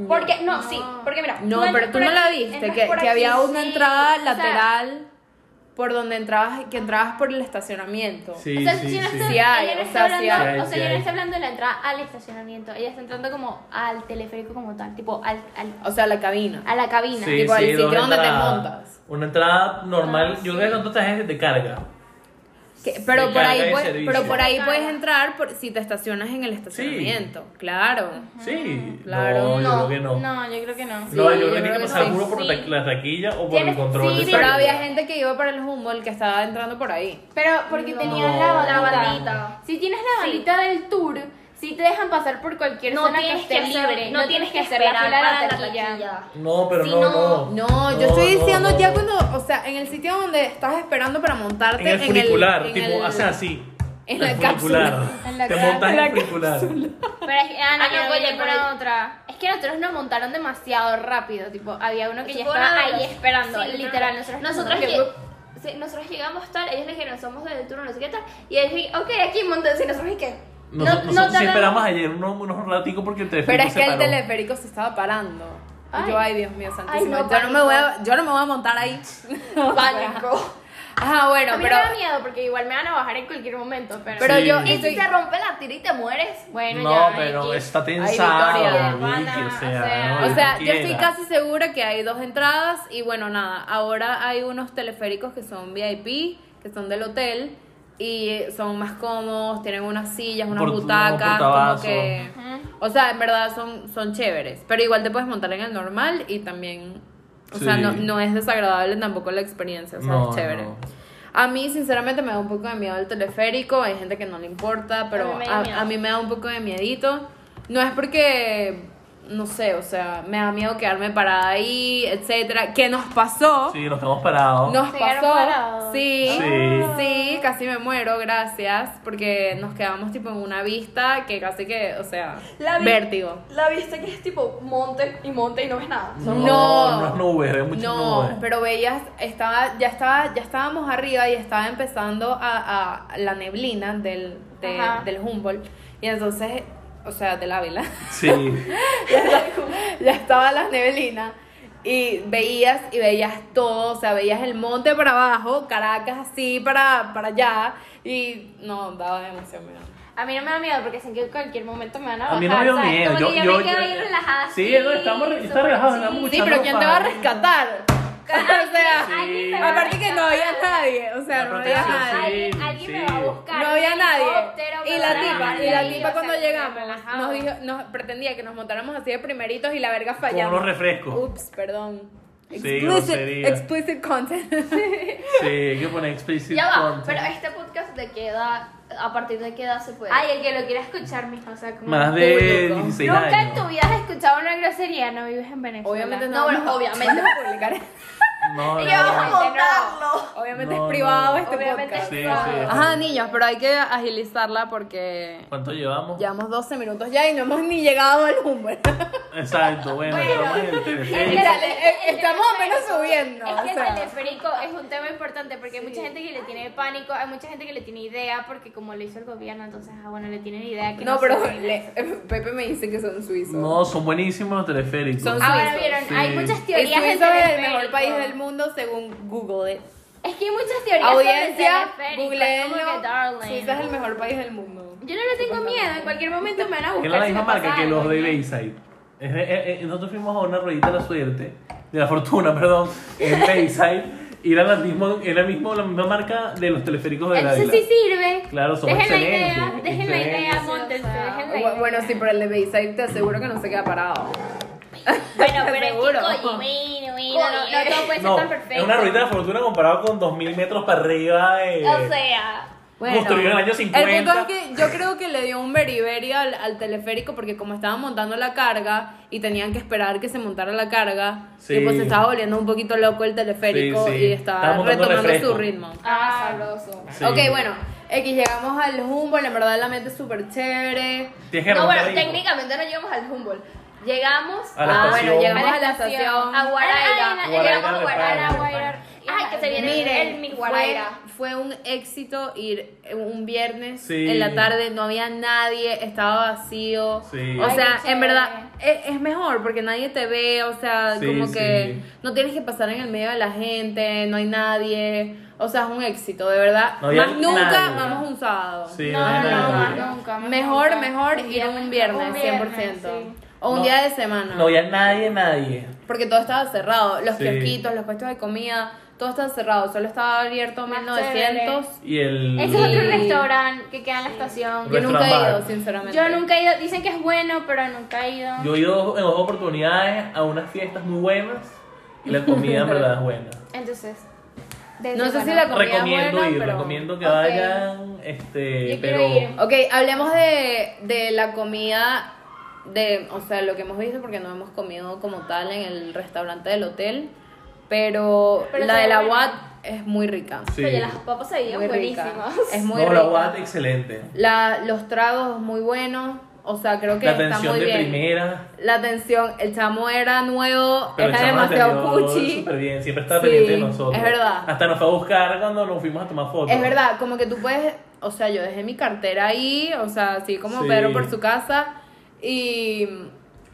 [SPEAKER 4] Porque, no, sí, porque mira.
[SPEAKER 3] No,
[SPEAKER 4] entras
[SPEAKER 3] pero tú
[SPEAKER 4] por
[SPEAKER 3] no la
[SPEAKER 4] aquí,
[SPEAKER 3] viste,
[SPEAKER 4] entras
[SPEAKER 3] que,
[SPEAKER 4] por
[SPEAKER 3] que había
[SPEAKER 4] aquí.
[SPEAKER 3] una
[SPEAKER 4] Sí,
[SPEAKER 3] entrada
[SPEAKER 4] o sea,
[SPEAKER 3] lateral por donde entrabas, que entrabas por el estacionamiento.
[SPEAKER 5] Sí,
[SPEAKER 6] O sea,
[SPEAKER 5] sí,
[SPEAKER 6] si no
[SPEAKER 5] sí.
[SPEAKER 6] está-
[SPEAKER 3] Sí hay,
[SPEAKER 6] ella no
[SPEAKER 3] o
[SPEAKER 6] está
[SPEAKER 3] sea, sí
[SPEAKER 6] hablando-
[SPEAKER 5] hay.
[SPEAKER 6] o sea, ella
[SPEAKER 5] Sí
[SPEAKER 6] no
[SPEAKER 5] hay.
[SPEAKER 6] está hablando de la entrada al estacionamiento, ella está entrando como al teleférico como tal, tipo al, al-
[SPEAKER 3] O sea, la cabina.
[SPEAKER 6] a la cabina.
[SPEAKER 5] Sí,
[SPEAKER 3] Tipo, al
[SPEAKER 5] sí,
[SPEAKER 3] sitio
[SPEAKER 5] dos
[SPEAKER 3] donde te
[SPEAKER 5] entradas.
[SPEAKER 3] montas.
[SPEAKER 5] Una entrada normal,
[SPEAKER 6] Ah,
[SPEAKER 5] yo
[SPEAKER 6] sí.
[SPEAKER 5] creo que no te trajes de carga.
[SPEAKER 3] Que- pero,
[SPEAKER 5] de
[SPEAKER 3] por ahí
[SPEAKER 5] carga y
[SPEAKER 3] puedes,
[SPEAKER 5] servicio.
[SPEAKER 3] pero por ahí
[SPEAKER 6] Claro.
[SPEAKER 3] puedes entrar por, si te estacionas en el estacionamiento. Claro.
[SPEAKER 5] Sí,
[SPEAKER 3] Claro.
[SPEAKER 5] no, yo creo que no.
[SPEAKER 6] No, yo creo que no.
[SPEAKER 5] No,
[SPEAKER 3] Sí,
[SPEAKER 5] yo
[SPEAKER 3] yo
[SPEAKER 5] creo que
[SPEAKER 3] creo
[SPEAKER 5] hay
[SPEAKER 3] que
[SPEAKER 5] que pasar
[SPEAKER 3] sí.
[SPEAKER 5] puro por ta-
[SPEAKER 6] Sí.
[SPEAKER 5] la taquilla o por el
[SPEAKER 6] Tienes-
[SPEAKER 5] control
[SPEAKER 6] sí,
[SPEAKER 5] de
[SPEAKER 6] sí.
[SPEAKER 3] Pero
[SPEAKER 5] seguridad.
[SPEAKER 3] había gente que iba para el Humboldt que estaba entrando por ahí.
[SPEAKER 6] Pero porque tenían la
[SPEAKER 5] No.
[SPEAKER 6] bandita.
[SPEAKER 4] La bandita.
[SPEAKER 6] Si tienes la
[SPEAKER 4] Sí.
[SPEAKER 6] bandita del tour, si te dejan pasar por cualquier
[SPEAKER 4] No
[SPEAKER 6] zona que
[SPEAKER 4] tienes que
[SPEAKER 6] esté
[SPEAKER 4] hacer-
[SPEAKER 6] libre.
[SPEAKER 4] no tienes que
[SPEAKER 6] hacer la
[SPEAKER 4] esperar
[SPEAKER 6] fila de
[SPEAKER 4] para la
[SPEAKER 6] taquilla.
[SPEAKER 4] taquilla.
[SPEAKER 5] No, pero
[SPEAKER 4] Sí,
[SPEAKER 5] no,
[SPEAKER 4] no.
[SPEAKER 5] no,
[SPEAKER 3] No, yo estoy
[SPEAKER 5] no,
[SPEAKER 3] diciendo
[SPEAKER 5] no,
[SPEAKER 3] ya
[SPEAKER 5] no.
[SPEAKER 3] cuando, o sea, en el sitio donde estás esperando para montarte
[SPEAKER 5] En el funicular,
[SPEAKER 3] en
[SPEAKER 5] tipo,
[SPEAKER 3] el-
[SPEAKER 5] haces así.
[SPEAKER 3] en
[SPEAKER 5] el
[SPEAKER 3] la
[SPEAKER 5] funicular.
[SPEAKER 3] cápsula, en la
[SPEAKER 5] te
[SPEAKER 3] cápsula.
[SPEAKER 5] montas en
[SPEAKER 3] La
[SPEAKER 5] el funicular.
[SPEAKER 6] Pero es que, ah, no,
[SPEAKER 4] Ah, no,
[SPEAKER 6] yo
[SPEAKER 4] oye,
[SPEAKER 6] voy por
[SPEAKER 4] pero-
[SPEAKER 6] otra. Es que nosotros nos montaron demasiado rápido, tipo, había uno que ya
[SPEAKER 4] Eso fue
[SPEAKER 6] estaba
[SPEAKER 4] una de
[SPEAKER 6] ahí
[SPEAKER 4] las-
[SPEAKER 6] esperando,
[SPEAKER 4] sí,
[SPEAKER 6] literal.
[SPEAKER 4] no.
[SPEAKER 6] Nosotros,
[SPEAKER 4] Nosotros
[SPEAKER 6] como que-
[SPEAKER 4] lle- sí, nosotros llegamos tal, ellos le dijeron, somos del turno, no sé qué tal. Y ellos dijeron, ok, aquí montense. Y nosotros, ¿y qué?
[SPEAKER 5] Nos- nosotros sí
[SPEAKER 4] tardamos-
[SPEAKER 5] esperamos ayer unos, unos raticos porque el teléfono
[SPEAKER 3] Pero es
[SPEAKER 5] se
[SPEAKER 3] que el
[SPEAKER 5] paró.
[SPEAKER 3] teleférico se estaba parando. Y yo,
[SPEAKER 4] Ay.
[SPEAKER 3] ay, Dios mío,
[SPEAKER 4] Ay,
[SPEAKER 3] santísimo.
[SPEAKER 4] no,
[SPEAKER 3] yo, no me
[SPEAKER 4] pánico.
[SPEAKER 3] voy a, yo no me voy a montar ahí.
[SPEAKER 4] Pánico.
[SPEAKER 3] Ajá, bueno,
[SPEAKER 6] a mí
[SPEAKER 3] pero.
[SPEAKER 6] me da miedo porque igual me van a bajar en cualquier momento, pero...
[SPEAKER 3] Pero
[SPEAKER 5] Sí.
[SPEAKER 3] yo.
[SPEAKER 5] Y
[SPEAKER 4] Y si
[SPEAKER 3] estoy-
[SPEAKER 4] se rompe la tira y te mueres.
[SPEAKER 6] bueno,
[SPEAKER 5] No,
[SPEAKER 6] ya.
[SPEAKER 5] pero
[SPEAKER 6] X.
[SPEAKER 5] está
[SPEAKER 3] Victoria,
[SPEAKER 5] tensado,
[SPEAKER 6] hermana,
[SPEAKER 5] Vicky, o
[SPEAKER 6] o
[SPEAKER 5] sea,
[SPEAKER 6] sea,
[SPEAKER 5] no,
[SPEAKER 3] O sea, yo
[SPEAKER 5] cualquiera.
[SPEAKER 3] estoy casi segura que hay dos entradas y bueno, nada, ahora hay unos teleféricos que son VIP, que son del hotel y son más cómodos, tienen unas sillas, unas
[SPEAKER 5] Port-
[SPEAKER 3] butacas, como
[SPEAKER 5] portavasos.
[SPEAKER 3] que... O sea, en verdad son, son chéveres, pero igual te puedes montar en el normal y también... O sea,
[SPEAKER 5] Sí.
[SPEAKER 3] no, no es desagradable tampoco la experiencia, o sea,
[SPEAKER 5] No,
[SPEAKER 3] es chévere.
[SPEAKER 5] no.
[SPEAKER 3] A mí, sinceramente, me da un poco de miedo el teleférico. Hay gente que no le importa, pero
[SPEAKER 4] A mí me da miedo.
[SPEAKER 3] a, a mí me da un poco de miedito. No es porque, no sé, o sea, me da miedo quedarme parada ahí, etcétera. ¿Qué nos pasó?
[SPEAKER 5] Sí, nos quedamos parados.
[SPEAKER 3] Nos
[SPEAKER 6] ¿Se quedaron
[SPEAKER 3] pasó.
[SPEAKER 6] parados?
[SPEAKER 3] Sí,
[SPEAKER 5] Sí.
[SPEAKER 3] sí, casi me muero, gracias. Porque nos quedamos tipo en una vista que casi que, o sea,
[SPEAKER 4] La vi-
[SPEAKER 3] vértigo.
[SPEAKER 4] La vista que es tipo monte y monte y no ves nada.
[SPEAKER 5] No,
[SPEAKER 3] No.
[SPEAKER 5] no es nubes, veo muchas
[SPEAKER 3] No,
[SPEAKER 5] nubes.
[SPEAKER 3] pero veías, estaba, ya estaba, ya estábamos arriba y estaba empezando a, a la neblina del, de-
[SPEAKER 6] Ajá.
[SPEAKER 3] del Humboldt. Y entonces, o sea, del Ávila,
[SPEAKER 5] Sí,
[SPEAKER 3] ya estaba la neblina. Y veías y veías todo, o sea, veías el monte para abajo, Caracas así para, para allá. Y no, daba demasiado miedo.
[SPEAKER 6] A mí no me da miedo porque sé que en cualquier momento me van a bajar.
[SPEAKER 5] a mí no me dio
[SPEAKER 6] ¿sabes?
[SPEAKER 5] miedo.
[SPEAKER 6] Como
[SPEAKER 5] Yo,
[SPEAKER 6] que yo,
[SPEAKER 5] yo,
[SPEAKER 6] me quedo
[SPEAKER 5] yo-
[SPEAKER 6] ahí relajada.
[SPEAKER 5] Sí,
[SPEAKER 6] así,
[SPEAKER 5] no, estamos, re- está
[SPEAKER 6] súper
[SPEAKER 5] relajado,
[SPEAKER 6] chill.
[SPEAKER 5] estamos
[SPEAKER 3] Sí, pero ¿quién te va a rescatar? o sea,
[SPEAKER 5] Sí.
[SPEAKER 3] aparte que no había nadie, o sea,
[SPEAKER 5] La
[SPEAKER 3] no había
[SPEAKER 5] protección
[SPEAKER 3] nadie.
[SPEAKER 6] Alguien,
[SPEAKER 5] Sí,
[SPEAKER 6] alguien me
[SPEAKER 5] sí.
[SPEAKER 6] va a buscar.
[SPEAKER 3] No había
[SPEAKER 6] un
[SPEAKER 3] nadie.
[SPEAKER 6] helicóptero,
[SPEAKER 3] Y
[SPEAKER 6] me
[SPEAKER 3] la
[SPEAKER 6] van a
[SPEAKER 3] tipa,
[SPEAKER 6] bajar
[SPEAKER 3] y la
[SPEAKER 6] ahí,
[SPEAKER 3] tipa
[SPEAKER 6] o sea,
[SPEAKER 3] cuando
[SPEAKER 6] que
[SPEAKER 3] llegamos
[SPEAKER 6] relajado.
[SPEAKER 3] nos dijo, nos pretendía que nos montáramos así de primeritos y la verga
[SPEAKER 5] con
[SPEAKER 3] fallamos.
[SPEAKER 5] unos refrescos.
[SPEAKER 3] Ups, perdón.
[SPEAKER 5] Sí,
[SPEAKER 3] explicit,
[SPEAKER 5] grosería.
[SPEAKER 3] explicit content.
[SPEAKER 5] Sí, hay que poner explicit
[SPEAKER 4] Ya va,
[SPEAKER 5] content.
[SPEAKER 4] pero este podcast de qué edad, a partir de qué edad se puede.
[SPEAKER 6] Ay, el que lo quiera escuchar, mijo, o sea, como...
[SPEAKER 5] Más de
[SPEAKER 3] público.
[SPEAKER 5] 16
[SPEAKER 6] Nunca en
[SPEAKER 5] años.
[SPEAKER 6] tu vida has escuchado una grosería, no vives en Venezuela.
[SPEAKER 3] obviamente no.
[SPEAKER 4] No, bueno,
[SPEAKER 3] vamos a-
[SPEAKER 4] obviamente.
[SPEAKER 3] vamos a publicar.
[SPEAKER 5] No, no,
[SPEAKER 4] ¿Qué vas a
[SPEAKER 5] no.
[SPEAKER 4] montarlo?
[SPEAKER 3] Obviamente
[SPEAKER 5] No,
[SPEAKER 3] es privado
[SPEAKER 5] no.
[SPEAKER 3] este
[SPEAKER 4] Obviamente
[SPEAKER 3] podcast.
[SPEAKER 5] Sí, sí.
[SPEAKER 3] Ajá, niños, pero hay que agilizarla porque
[SPEAKER 5] ¿Cuánto llevamos?
[SPEAKER 3] llevamos 12 minutos ya y no hemos ni llegado al número.
[SPEAKER 5] Exacto, bueno, estamos en el
[SPEAKER 6] El
[SPEAKER 5] teleférico.
[SPEAKER 3] Literal,
[SPEAKER 6] teleférico-
[SPEAKER 3] eh, estamos apenas subiendo,
[SPEAKER 6] Es que
[SPEAKER 3] o sea.
[SPEAKER 6] el teleférico es un tema importante porque hay mucha gente que le tiene pánico, hay mucha gente que le tiene idea porque como lo hizo el gobierno, entonces, ah, bueno, le tienen idea que
[SPEAKER 3] No, pero
[SPEAKER 6] saben.
[SPEAKER 3] le- eh, Pepe me dice que son suizos.
[SPEAKER 5] No, son buenísimos los teleféricos.
[SPEAKER 3] Son
[SPEAKER 6] Ahora
[SPEAKER 3] suizos,
[SPEAKER 6] Ah, vieron,
[SPEAKER 5] sí.
[SPEAKER 6] hay muchas
[SPEAKER 3] Y
[SPEAKER 6] teorías del
[SPEAKER 3] Suiza es el mejor
[SPEAKER 6] teleférico.
[SPEAKER 3] país del mundo según Google. eh.
[SPEAKER 6] Es que hay muchas teorías
[SPEAKER 3] Audiencia,
[SPEAKER 6] sobre el teleférico,
[SPEAKER 3] googleenlo.
[SPEAKER 6] es como que, darling.
[SPEAKER 3] Suiza es el mejor país del mundo.
[SPEAKER 6] Yo no le tengo miedo, en cualquier momento me van a buscar.
[SPEAKER 5] Es la
[SPEAKER 6] si
[SPEAKER 5] misma
[SPEAKER 6] me
[SPEAKER 5] marca
[SPEAKER 6] pasa
[SPEAKER 5] que los
[SPEAKER 6] algo,
[SPEAKER 5] de
[SPEAKER 6] ¿no?
[SPEAKER 5] Bayside. Es de- eh, eh, nosotros fuimos a una ruedita de la suerte, de la fortuna, perdón, en Bayside. Y era la misma, era mismo, la misma marca de los teleféricos de la
[SPEAKER 6] Entonces
[SPEAKER 5] isla.
[SPEAKER 6] sí sirve.
[SPEAKER 5] Claro, son
[SPEAKER 6] Dejen la
[SPEAKER 5] excelentes,
[SPEAKER 6] idea, dejen la idea,
[SPEAKER 5] excelentes.
[SPEAKER 6] montense, dejen la idea.
[SPEAKER 3] Bu- Bueno, sí, pero el de Bayside te aseguro que no se queda parado.
[SPEAKER 6] Bueno, pero
[SPEAKER 3] Seguro.
[SPEAKER 6] es que coño, bueno, bueno, no, no todo puede ser
[SPEAKER 5] No,
[SPEAKER 6] tan perfecto.
[SPEAKER 5] es una ruedita de la fortuna comparado con 2000 metros para arriba eh, de...
[SPEAKER 6] O sea,
[SPEAKER 5] Construido en el año 50.
[SPEAKER 3] El punto es que yo creo que le dio un beriberi al, al teleférico porque como estaban montando la carga y tenían que esperar que se montara la carga,
[SPEAKER 5] Sí.
[SPEAKER 3] y pues se estaba volviendo un poquito loco el teleférico
[SPEAKER 5] Sí, sí.
[SPEAKER 3] y
[SPEAKER 5] Estaban
[SPEAKER 3] estaba
[SPEAKER 5] montando
[SPEAKER 3] retomando
[SPEAKER 5] refresco.
[SPEAKER 3] su ritmo.
[SPEAKER 6] ah,
[SPEAKER 4] sabroso.
[SPEAKER 5] Sí.
[SPEAKER 3] Ok, bueno, X, llegamos al Humboldt, en verdad la mente es súper chévere.
[SPEAKER 5] Tienes que
[SPEAKER 4] No,
[SPEAKER 5] romper
[SPEAKER 4] bueno,
[SPEAKER 5] ahí.
[SPEAKER 4] técnicamente no llegamos al Humboldt. Llegamos
[SPEAKER 5] A la
[SPEAKER 3] ah,
[SPEAKER 5] estación.
[SPEAKER 3] bueno, llegamos a la estación.
[SPEAKER 4] a Guaraira.
[SPEAKER 6] Ah,
[SPEAKER 5] Guaraira
[SPEAKER 4] Llegamos a
[SPEAKER 5] de
[SPEAKER 4] Guaraira.
[SPEAKER 5] Pan.
[SPEAKER 6] Guaraira.
[SPEAKER 4] Ay, que se viene
[SPEAKER 3] Miren,
[SPEAKER 4] el mi
[SPEAKER 3] fue,
[SPEAKER 4] guaraira.
[SPEAKER 3] fue un éxito ir un viernes
[SPEAKER 5] Sí.
[SPEAKER 3] en la tarde, no había nadie, estaba vacío.
[SPEAKER 5] Sí.
[SPEAKER 3] O
[SPEAKER 5] Ay,
[SPEAKER 3] sea,
[SPEAKER 4] qué
[SPEAKER 3] en verdad e, es, es mejor porque nadie te ve, o sea,
[SPEAKER 5] Sí,
[SPEAKER 3] como
[SPEAKER 5] sí.
[SPEAKER 3] que no tienes que pasar en el medio de la gente, no hay nadie. O sea, es un éxito, de verdad.
[SPEAKER 5] No había
[SPEAKER 3] más nunca
[SPEAKER 5] nadie.
[SPEAKER 3] vamos un sábado.
[SPEAKER 5] Sí,
[SPEAKER 6] No,
[SPEAKER 5] no,
[SPEAKER 6] no,
[SPEAKER 5] no,
[SPEAKER 6] más
[SPEAKER 5] no.
[SPEAKER 6] nunca. más
[SPEAKER 3] Mejor,
[SPEAKER 6] nunca.
[SPEAKER 3] mejor
[SPEAKER 6] Un
[SPEAKER 3] ir un viernes, 100%.
[SPEAKER 6] sí.
[SPEAKER 3] O un
[SPEAKER 5] No.
[SPEAKER 3] día de semana.
[SPEAKER 5] No había nadie, nadie.
[SPEAKER 3] Porque todo estaba cerrado. Los
[SPEAKER 5] Sí.
[SPEAKER 3] kiosquitos, los puestos de comida, todo estaba cerrado. Solo estaba abierto
[SPEAKER 6] Más
[SPEAKER 3] 1900.
[SPEAKER 5] Y el.
[SPEAKER 6] Ese es otro
[SPEAKER 3] Sí.
[SPEAKER 6] restaurante que queda en la estación.
[SPEAKER 5] Yo
[SPEAKER 3] Yo nunca he
[SPEAKER 5] Restaurant
[SPEAKER 3] ido,
[SPEAKER 5] bar.
[SPEAKER 3] sinceramente.
[SPEAKER 6] Yo nunca he ido, dicen que es bueno, pero nunca he ido.
[SPEAKER 5] Yo he ido en dos oportunidades a unas fiestas muy buenas y la comida en verdad es buena.
[SPEAKER 6] Entonces,
[SPEAKER 3] No sé si
[SPEAKER 6] bueno,
[SPEAKER 3] la comida es
[SPEAKER 5] recomiendo
[SPEAKER 3] buena,
[SPEAKER 5] ir,
[SPEAKER 3] pero...
[SPEAKER 5] recomiendo que
[SPEAKER 6] Ok.
[SPEAKER 5] vayan, este,
[SPEAKER 6] Yo quiero
[SPEAKER 5] pero
[SPEAKER 6] ir.
[SPEAKER 3] Ok, hablemos de, de la comida, de, o sea, lo que hemos visto, porque no hemos comido como tal en el restaurante del hotel, pero,
[SPEAKER 6] Pero
[SPEAKER 3] la
[SPEAKER 6] se
[SPEAKER 3] de la
[SPEAKER 6] ve
[SPEAKER 3] UAT
[SPEAKER 6] buena.
[SPEAKER 3] es muy rica.
[SPEAKER 5] sí.
[SPEAKER 4] Oye, las papas se veían
[SPEAKER 3] Muy rica.
[SPEAKER 4] buenísimas.
[SPEAKER 3] Es muy
[SPEAKER 5] no,
[SPEAKER 3] rica.
[SPEAKER 5] la UAT excelente.
[SPEAKER 3] La- los tragos muy buenos, o sea, creo que
[SPEAKER 5] La
[SPEAKER 3] está
[SPEAKER 5] atención
[SPEAKER 3] muy
[SPEAKER 5] de
[SPEAKER 3] bien.
[SPEAKER 5] primera,
[SPEAKER 3] La atención, el chamo era nuevo,
[SPEAKER 5] pero el
[SPEAKER 3] era
[SPEAKER 5] chamo
[SPEAKER 3] demasiado
[SPEAKER 5] anterior,
[SPEAKER 3] cuchi.
[SPEAKER 5] súper bien, siempre estaba
[SPEAKER 3] Sí,
[SPEAKER 5] pendiente de nosotros.
[SPEAKER 3] es verdad.
[SPEAKER 5] Hasta nos fue a buscar cuando nos fuimos a tomar fotos.
[SPEAKER 3] Es verdad, como que tú puedes, o sea, yo dejé mi cartera ahí, o sea, así como
[SPEAKER 5] Sí.
[SPEAKER 3] Pedro por su casa, y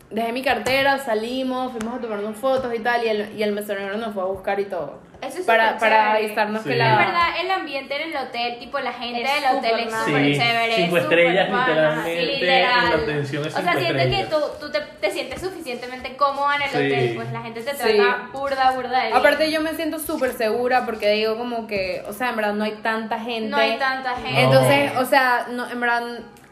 [SPEAKER 3] dejé mi cartera, salimos, fuimos a tomarnos fotos y tal, y el, y el mesonero nos fue a buscar y todo.
[SPEAKER 4] Eso es
[SPEAKER 3] para
[SPEAKER 4] súper
[SPEAKER 3] para
[SPEAKER 4] chévere.
[SPEAKER 3] avisarnos
[SPEAKER 5] Sí.
[SPEAKER 3] que
[SPEAKER 5] Es
[SPEAKER 3] la...
[SPEAKER 6] En verdad, el ambiente en el hotel, tipo la gente
[SPEAKER 4] Es
[SPEAKER 6] del hotel es
[SPEAKER 4] súper
[SPEAKER 6] súper
[SPEAKER 5] Sí,
[SPEAKER 6] chévere.
[SPEAKER 5] cinco
[SPEAKER 6] es súper
[SPEAKER 5] estrellas,
[SPEAKER 6] pana,
[SPEAKER 5] literalmente,
[SPEAKER 6] literal.
[SPEAKER 5] la atención es
[SPEAKER 6] O sea,
[SPEAKER 5] cinco
[SPEAKER 6] siento que
[SPEAKER 5] estrellas.
[SPEAKER 6] tú, tú te, te sientes suficientemente cómoda en el
[SPEAKER 5] Sí.
[SPEAKER 6] hotel, pues la gente te
[SPEAKER 3] Sí.
[SPEAKER 6] trata burda, burda de bien.
[SPEAKER 3] Aparte yo me siento súper segura porque digo como que, o sea, en verdad no hay tanta gente.
[SPEAKER 6] no hay tanta gente.
[SPEAKER 3] Entonces, o sea, no, en verdad...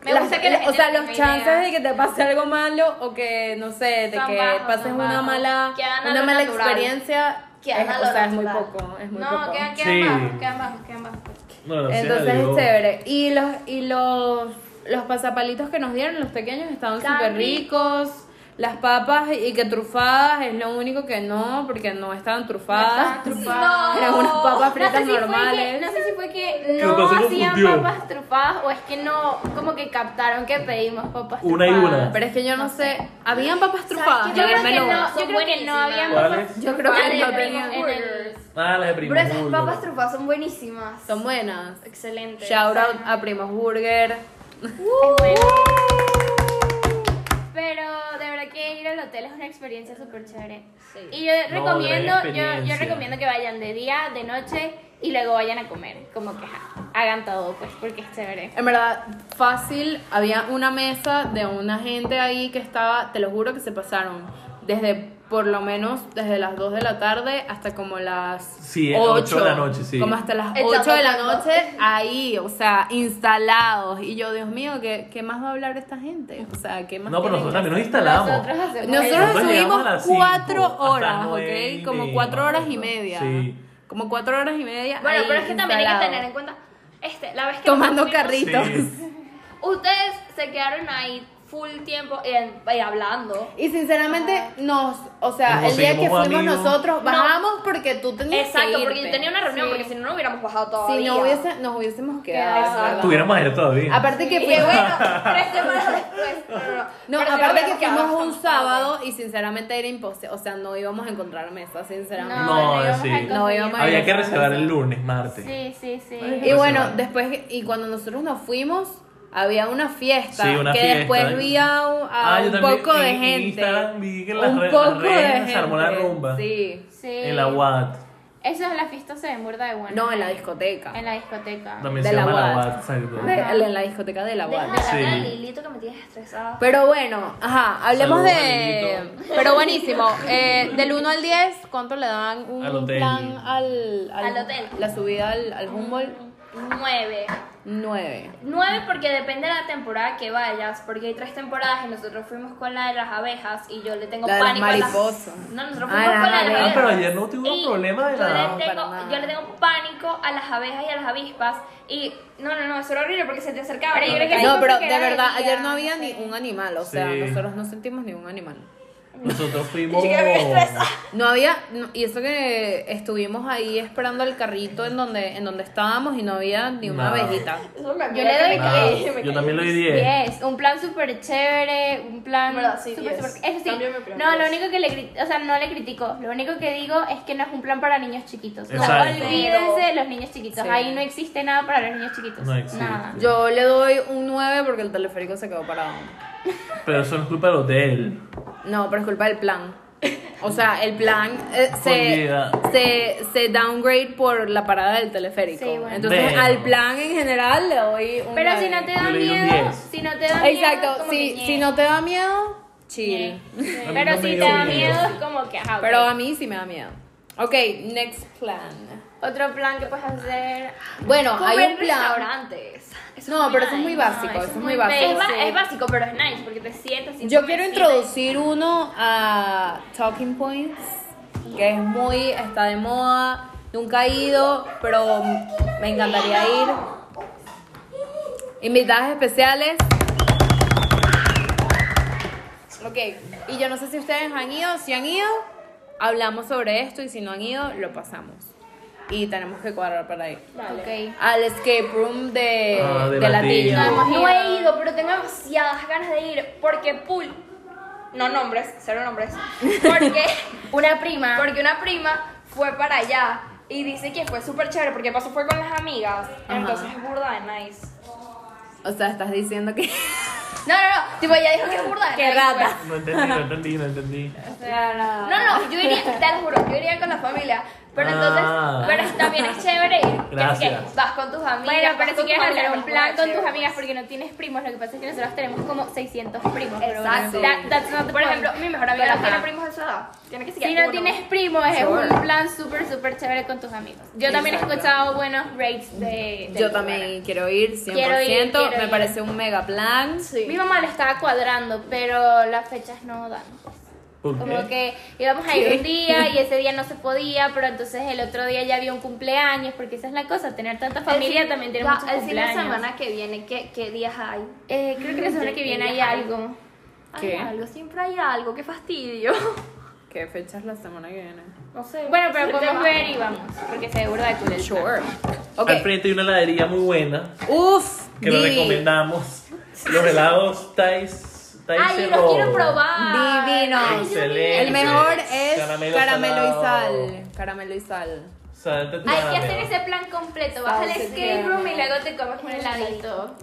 [SPEAKER 6] Me
[SPEAKER 3] las-
[SPEAKER 6] gusta que la
[SPEAKER 3] o
[SPEAKER 6] gente
[SPEAKER 3] sea,
[SPEAKER 6] no
[SPEAKER 3] los
[SPEAKER 6] tenga
[SPEAKER 3] chances
[SPEAKER 6] idea.
[SPEAKER 3] de que te pase algo malo o que, no sé, de
[SPEAKER 6] Son
[SPEAKER 3] que
[SPEAKER 6] bajos,
[SPEAKER 3] pases
[SPEAKER 6] son
[SPEAKER 3] una
[SPEAKER 6] bajos.
[SPEAKER 3] mala,
[SPEAKER 6] Quedan a
[SPEAKER 3] una
[SPEAKER 6] lo
[SPEAKER 3] mala
[SPEAKER 6] natural.
[SPEAKER 3] experiencia,
[SPEAKER 4] Quedan
[SPEAKER 3] es,
[SPEAKER 4] a
[SPEAKER 3] o
[SPEAKER 4] lo
[SPEAKER 3] sea, es muy
[SPEAKER 4] natural.
[SPEAKER 3] poco, es oh, muy
[SPEAKER 6] No,
[SPEAKER 3] poco.
[SPEAKER 6] quedan, quedan
[SPEAKER 5] Sí.
[SPEAKER 6] bajos, quedan bajos, quedan bajos.
[SPEAKER 5] Bueno, gracias a
[SPEAKER 3] Entonces es
[SPEAKER 5] Dios.
[SPEAKER 3] chévere. Y los, y los, los pasapalitos que nos dieron, los pequeños, estaban
[SPEAKER 6] Estaban
[SPEAKER 3] súper ricos. Las papas y que trufadas es lo único que no, porque no estaban trufadas.
[SPEAKER 6] trufadas.
[SPEAKER 3] Eran unas papas fritas
[SPEAKER 6] no sé si fue que-
[SPEAKER 3] normales.
[SPEAKER 6] no sé si fue que
[SPEAKER 5] Que
[SPEAKER 6] no
[SPEAKER 5] pasó con
[SPEAKER 6] hacían
[SPEAKER 5] Fundió.
[SPEAKER 6] papas trufadas o es que no, como que captaron que pedimos papas
[SPEAKER 5] Una y
[SPEAKER 6] trufadas.
[SPEAKER 5] una.
[SPEAKER 3] Pero es que yo no sé, ¿habían papas
[SPEAKER 5] Ah,
[SPEAKER 3] trufadas?
[SPEAKER 6] Yo
[SPEAKER 3] en el
[SPEAKER 6] creo que
[SPEAKER 3] menú?
[SPEAKER 4] Son
[SPEAKER 6] no, yo creo que no
[SPEAKER 4] buenísimas.
[SPEAKER 6] habían
[SPEAKER 5] ¿Cuáles?
[SPEAKER 3] Yo
[SPEAKER 6] papas
[SPEAKER 3] creo
[SPEAKER 6] trufadas
[SPEAKER 3] que
[SPEAKER 6] en
[SPEAKER 3] no
[SPEAKER 6] el-
[SPEAKER 3] tenían.
[SPEAKER 6] en el-
[SPEAKER 5] Ah, las de
[SPEAKER 4] Pero
[SPEAKER 5] primo
[SPEAKER 4] esas
[SPEAKER 5] Julio.
[SPEAKER 4] papas trufadas son buenísimas.
[SPEAKER 3] Son buenas.
[SPEAKER 4] excelentes.
[SPEAKER 3] Shout out a Primos Burger.
[SPEAKER 6] Pero de verdad que ir al hotel es una experiencia súper chévere.
[SPEAKER 4] Sí.
[SPEAKER 6] Y yo
[SPEAKER 5] No,
[SPEAKER 6] recomiendo,
[SPEAKER 5] gran
[SPEAKER 6] yo, yo
[SPEAKER 5] experiencia.
[SPEAKER 6] recomiendo que vayan de día, de noche y luego vayan a comer. Como que ja, hagan todo, pues, porque es chévere.
[SPEAKER 3] En verdad, fácil, había una mesa de una gente ahí que estaba, te lo juro que se pasaron, desde por lo menos desde las 2 de la tarde hasta como las
[SPEAKER 5] Sí, eh, ocho
[SPEAKER 3] 8
[SPEAKER 5] de la noche, sí.
[SPEAKER 3] Como hasta las
[SPEAKER 4] El
[SPEAKER 3] 8 de la
[SPEAKER 4] zapato.
[SPEAKER 3] noche ahí, o sea, instalados. Y yo, Dios mío, ¿qué, qué más va a hablar esta gente? O sea, ¿qué más?
[SPEAKER 5] No, pero
[SPEAKER 3] tienen
[SPEAKER 5] nosotros
[SPEAKER 3] que
[SPEAKER 5] también nos
[SPEAKER 3] hacer?
[SPEAKER 5] instalamos.
[SPEAKER 6] Nosotros hacemos
[SPEAKER 3] Nosotros
[SPEAKER 5] Nosotros llegamos
[SPEAKER 3] subimos
[SPEAKER 5] a las cinco,
[SPEAKER 3] cuatro
[SPEAKER 5] hasta
[SPEAKER 3] horas,
[SPEAKER 5] nueve y
[SPEAKER 3] ¿ok? Como
[SPEAKER 5] media,
[SPEAKER 3] cuatro
[SPEAKER 5] más o
[SPEAKER 3] horas y
[SPEAKER 5] menos.
[SPEAKER 3] media.
[SPEAKER 5] Sí.
[SPEAKER 3] Como cuatro horas y media.
[SPEAKER 4] Bueno,
[SPEAKER 3] ahí
[SPEAKER 4] pero es que también hay que
[SPEAKER 3] instalados,
[SPEAKER 4] tener en cuenta, este, la vez que
[SPEAKER 3] Tomando
[SPEAKER 4] nosotros fuimos,
[SPEAKER 3] carritos.
[SPEAKER 5] Sí.
[SPEAKER 4] ustedes se quedaron ahí full tiempo eh, eh, hablando.
[SPEAKER 3] Y sinceramente nos, o sea,
[SPEAKER 5] Nos
[SPEAKER 3] el día que
[SPEAKER 5] conseguimos
[SPEAKER 3] fuimos
[SPEAKER 5] amigos.
[SPEAKER 3] nosotros bajamos porque tú tenías que
[SPEAKER 4] Exacto, porque
[SPEAKER 3] irte.
[SPEAKER 4] yo tenía una reunión, porque si no, no hubiéramos bajado todavía.
[SPEAKER 3] si no hubiese, nos hubiésemos quedado.
[SPEAKER 4] Exacto.
[SPEAKER 3] ¿verdad?
[SPEAKER 5] Tuviéramos ayer todavía.
[SPEAKER 3] Aparte que
[SPEAKER 4] Y
[SPEAKER 3] fue
[SPEAKER 4] bueno, tres semanas después. No, no, no.
[SPEAKER 3] No,
[SPEAKER 4] Pero si
[SPEAKER 3] aparte que
[SPEAKER 4] hubiéramos quedado pues,
[SPEAKER 3] fuimos un
[SPEAKER 4] bastante
[SPEAKER 3] sábado y sinceramente era imposible, o sea, no íbamos a encontrar mesa, sinceramente.
[SPEAKER 5] No,
[SPEAKER 6] íbamos a
[SPEAKER 5] sí.
[SPEAKER 6] conseguir.
[SPEAKER 3] No íbamos a-
[SPEAKER 5] Había que reservar el lunes, martes.
[SPEAKER 6] Sí, sí, sí.
[SPEAKER 3] Y bueno, después y cuando nosotros nos fuimos había una fiesta
[SPEAKER 5] Sí, una
[SPEAKER 3] que
[SPEAKER 5] fiesta.
[SPEAKER 3] después vi a, un- a
[SPEAKER 5] Ah, yo
[SPEAKER 3] un
[SPEAKER 5] también
[SPEAKER 3] poco de
[SPEAKER 5] en
[SPEAKER 3] gente.
[SPEAKER 5] Instagram vi que las
[SPEAKER 3] un
[SPEAKER 5] re-
[SPEAKER 3] poco
[SPEAKER 5] las
[SPEAKER 3] de
[SPEAKER 5] reinas
[SPEAKER 3] gente.
[SPEAKER 5] se armó la rumba.
[SPEAKER 3] Sí.
[SPEAKER 6] Sí.
[SPEAKER 5] En la UAT.
[SPEAKER 6] Eso es la fiesta se burda de buena.
[SPEAKER 3] No, en la discoteca.
[SPEAKER 6] En la discoteca.
[SPEAKER 5] También
[SPEAKER 3] De
[SPEAKER 5] se
[SPEAKER 3] la
[SPEAKER 5] llama la
[SPEAKER 3] UAT.
[SPEAKER 5] UAT. exacto.
[SPEAKER 3] De- en la discoteca de la
[SPEAKER 4] Deja
[SPEAKER 3] UAD.
[SPEAKER 4] de hablar
[SPEAKER 5] Sí.
[SPEAKER 4] a Lilito que me tienes estresada.
[SPEAKER 3] Pero bueno, ajá, hablemos
[SPEAKER 5] Saludos,
[SPEAKER 3] de...
[SPEAKER 5] amiguito.
[SPEAKER 3] Pero buenísimo, eh, del 1 al 10, ¿cuánto le dan un
[SPEAKER 5] Al hotel.
[SPEAKER 3] plan al,
[SPEAKER 4] Al hotel.
[SPEAKER 3] La subida al, al Humboldt,
[SPEAKER 4] Nueve.
[SPEAKER 3] 9.
[SPEAKER 4] Nueve porque depende de la temporada que vayas, porque hay tres temporadas y nosotros fuimos con la de las abejas y yo le tengo
[SPEAKER 3] La de las
[SPEAKER 4] pánico a las...
[SPEAKER 3] mariposas.
[SPEAKER 4] No, nosotros
[SPEAKER 3] Ah,
[SPEAKER 4] fuimos con la
[SPEAKER 3] la
[SPEAKER 4] de
[SPEAKER 3] de-
[SPEAKER 4] las
[SPEAKER 5] Ah, pero
[SPEAKER 4] abejas.
[SPEAKER 5] ayer no tuvo
[SPEAKER 4] Y
[SPEAKER 5] problema de
[SPEAKER 4] yo
[SPEAKER 5] nada.
[SPEAKER 4] le, tengo,
[SPEAKER 3] para nada.
[SPEAKER 4] yo le tengo pánico a las abejas y a las avispas y no, no, no, eso era horrible porque se te acercaba. Yo creo que
[SPEAKER 3] No,
[SPEAKER 4] sí,
[SPEAKER 3] pero
[SPEAKER 4] porque
[SPEAKER 3] de
[SPEAKER 4] era
[SPEAKER 3] verdad,
[SPEAKER 4] día,
[SPEAKER 3] ayer no había
[SPEAKER 4] sé.
[SPEAKER 3] ni un animal, o sea,
[SPEAKER 5] Sí.
[SPEAKER 3] nosotros no sentimos ni un animal.
[SPEAKER 5] Nosotros fuimos.
[SPEAKER 3] No había, no- y eso que estuvimos ahí esperando el carrito en donde, en donde estábamos y no había ni una
[SPEAKER 5] Nada.
[SPEAKER 3] abejita.
[SPEAKER 4] Eso me
[SPEAKER 6] Yo le
[SPEAKER 4] me
[SPEAKER 6] doy
[SPEAKER 5] Ah,
[SPEAKER 4] caí, me
[SPEAKER 5] yo
[SPEAKER 4] caí.
[SPEAKER 5] también le doy 10.
[SPEAKER 6] 10, un plan súper chévere, un plan
[SPEAKER 4] Verdad, sí,
[SPEAKER 6] súper,
[SPEAKER 4] 10.
[SPEAKER 6] súper- Eso sí,
[SPEAKER 4] Cambio mi plan,
[SPEAKER 6] no, lo
[SPEAKER 4] 10.
[SPEAKER 6] único que le cri- o sea, no le critico, lo único que digo es que no es un plan para niños chiquitos. No
[SPEAKER 5] Exacto.
[SPEAKER 6] olvídense de los niños chiquitos,
[SPEAKER 3] Sí.
[SPEAKER 6] ahí no existe nada para los niños chiquitos.
[SPEAKER 5] No existe.
[SPEAKER 6] Nada.
[SPEAKER 3] Yo le doy un 9 porque el teleférico se quedó parado.
[SPEAKER 5] Pero eso no es culpa del hotel.
[SPEAKER 3] No, pero es culpa del plan. O sea, el plan eh, se,
[SPEAKER 5] Escondida.
[SPEAKER 3] se, se downgrade por la parada del teleférico.
[SPEAKER 6] Sí, bueno.
[SPEAKER 3] Entonces,
[SPEAKER 5] Bueno.
[SPEAKER 3] al plan en general le doy un
[SPEAKER 6] Pero si
[SPEAKER 3] 9.
[SPEAKER 6] no te
[SPEAKER 5] Yo
[SPEAKER 6] da
[SPEAKER 5] le di un
[SPEAKER 6] miedo,
[SPEAKER 5] 10.
[SPEAKER 6] si no te da miedo, es
[SPEAKER 3] Exacto,
[SPEAKER 6] como que
[SPEAKER 3] si,
[SPEAKER 6] ñe.
[SPEAKER 3] si no te da miedo, chill.
[SPEAKER 5] A mí
[SPEAKER 6] Pero
[SPEAKER 5] no me
[SPEAKER 6] si te
[SPEAKER 5] dio
[SPEAKER 6] da
[SPEAKER 5] miedo.
[SPEAKER 6] miedo, es como que ajá, ok.
[SPEAKER 3] Pero a mí sí me da miedo. Ok, next plan.
[SPEAKER 6] otro plan que puedes hacer,
[SPEAKER 3] Bueno,
[SPEAKER 4] Comer
[SPEAKER 3] hay un
[SPEAKER 4] en
[SPEAKER 3] plan.
[SPEAKER 4] restaurantes. Eso
[SPEAKER 3] No,
[SPEAKER 4] es
[SPEAKER 3] pero eso es muy
[SPEAKER 4] nice.
[SPEAKER 3] básico, eso es muy básico.
[SPEAKER 6] es, ba-
[SPEAKER 3] sí.
[SPEAKER 6] es básico, pero es nice porque te sientas y
[SPEAKER 3] Yo quiero introducir uno a Talking Points, que es muy, está de moda, nunca he ido, pero me encantaría ir. Invitadas especiales. Ok, y yo no sé si ustedes han ido, si han ido, hablamos sobre esto y si no han ido, lo pasamos. Y tenemos que cuadrar para ir.
[SPEAKER 6] Vale.
[SPEAKER 3] Al escape room de,
[SPEAKER 5] Ah, de
[SPEAKER 3] de
[SPEAKER 5] Latillo.
[SPEAKER 3] Latillo.
[SPEAKER 6] hemos
[SPEAKER 4] No
[SPEAKER 6] ido.
[SPEAKER 4] he ido, pero tengo demasiadas ganas de ir porque Pool, no nombres, cero nombres, porque
[SPEAKER 6] Una prima.
[SPEAKER 4] porque una prima fue para allá y dice que fue súper chévere porque pasó fue con las amigas, entonces es burda de nice.
[SPEAKER 3] O sea, estás diciendo que...
[SPEAKER 4] No, no, no, tipo ella dijo que es burda de
[SPEAKER 3] ¡Qué
[SPEAKER 4] nice,
[SPEAKER 3] rata!
[SPEAKER 5] No entendí, no entendí, no entendí.
[SPEAKER 4] pues. No, no, yo iría, te lo juro, yo iría con la familia, pero entonces,
[SPEAKER 5] Ah.
[SPEAKER 4] pero también es chévere ir, que-
[SPEAKER 5] Gracias.
[SPEAKER 4] que vas con tus amigas,
[SPEAKER 6] Bueno,
[SPEAKER 4] vas
[SPEAKER 6] pero si
[SPEAKER 4] con
[SPEAKER 6] quieres
[SPEAKER 4] tus
[SPEAKER 6] hacer
[SPEAKER 4] familiares,
[SPEAKER 6] un plan
[SPEAKER 4] vas
[SPEAKER 6] con tus
[SPEAKER 4] chévere.
[SPEAKER 6] amigas porque no tienes primos, lo que pasa es que nosotros tenemos como 600 primos. pero
[SPEAKER 4] Exacto.
[SPEAKER 6] bueno, that- that's not the
[SPEAKER 4] Por
[SPEAKER 6] point.
[SPEAKER 4] ejemplo, mi mejor amiga
[SPEAKER 6] Pero
[SPEAKER 4] no tiene
[SPEAKER 6] ajá.
[SPEAKER 4] primos de su edad. Tiene que seguir
[SPEAKER 6] Si
[SPEAKER 4] uno.
[SPEAKER 6] no tienes primos, es
[SPEAKER 4] Sure.
[SPEAKER 6] un plan súper, súper chévere con tus amigos. Yo también he
[SPEAKER 3] Exacto.
[SPEAKER 6] escuchado buenos rates de. de
[SPEAKER 3] Yo también quiero ir, 100%.
[SPEAKER 6] Quiero ir, quiero
[SPEAKER 3] me
[SPEAKER 6] ir.
[SPEAKER 3] parece un mega plan.
[SPEAKER 6] Mi mamá lo estaba cuadrando, pero las fechas no dan.
[SPEAKER 5] ¿Por
[SPEAKER 6] Como
[SPEAKER 5] qué?
[SPEAKER 6] que íbamos a ir un día y ese día no se podía, pero entonces el otro día ya había un cumpleaños, porque esa es la cosa, tener tanta familia
[SPEAKER 4] fin-
[SPEAKER 6] también tiene
[SPEAKER 4] ya,
[SPEAKER 6] muchos
[SPEAKER 4] El fin de
[SPEAKER 6] cumpleaños.
[SPEAKER 4] semana que viene, ¿qué, qué días hay?
[SPEAKER 6] Eh, creo que la semana que viene hay algo.
[SPEAKER 4] Hay
[SPEAKER 3] ¿Qué?
[SPEAKER 4] algo, siempre hay algo, qué fastidio.
[SPEAKER 3] ¿Qué fecha es la semana que viene?
[SPEAKER 4] No sé.
[SPEAKER 6] Bueno, pero
[SPEAKER 4] Sí,
[SPEAKER 6] podemos
[SPEAKER 4] tema.
[SPEAKER 6] ver y vamos, porque se burda de cool el plan.
[SPEAKER 3] Sure.
[SPEAKER 5] Al
[SPEAKER 3] Ok.
[SPEAKER 5] frente hay una heladería muy buena
[SPEAKER 3] Uf.
[SPEAKER 5] que lo
[SPEAKER 3] di-
[SPEAKER 5] recomendamos. Los helados Thais. Thais
[SPEAKER 6] Ay, los quiero probar.
[SPEAKER 3] Divinos.
[SPEAKER 5] Excelente.
[SPEAKER 3] El mejor es
[SPEAKER 5] Caramelo
[SPEAKER 3] caramelo, y
[SPEAKER 5] salado.
[SPEAKER 3] sal. Caramelo y sal.
[SPEAKER 6] Hay que hacer ese plan completo. Vas al
[SPEAKER 3] Salsa
[SPEAKER 6] escape room y
[SPEAKER 3] italiana.
[SPEAKER 6] luego te comes un heladito.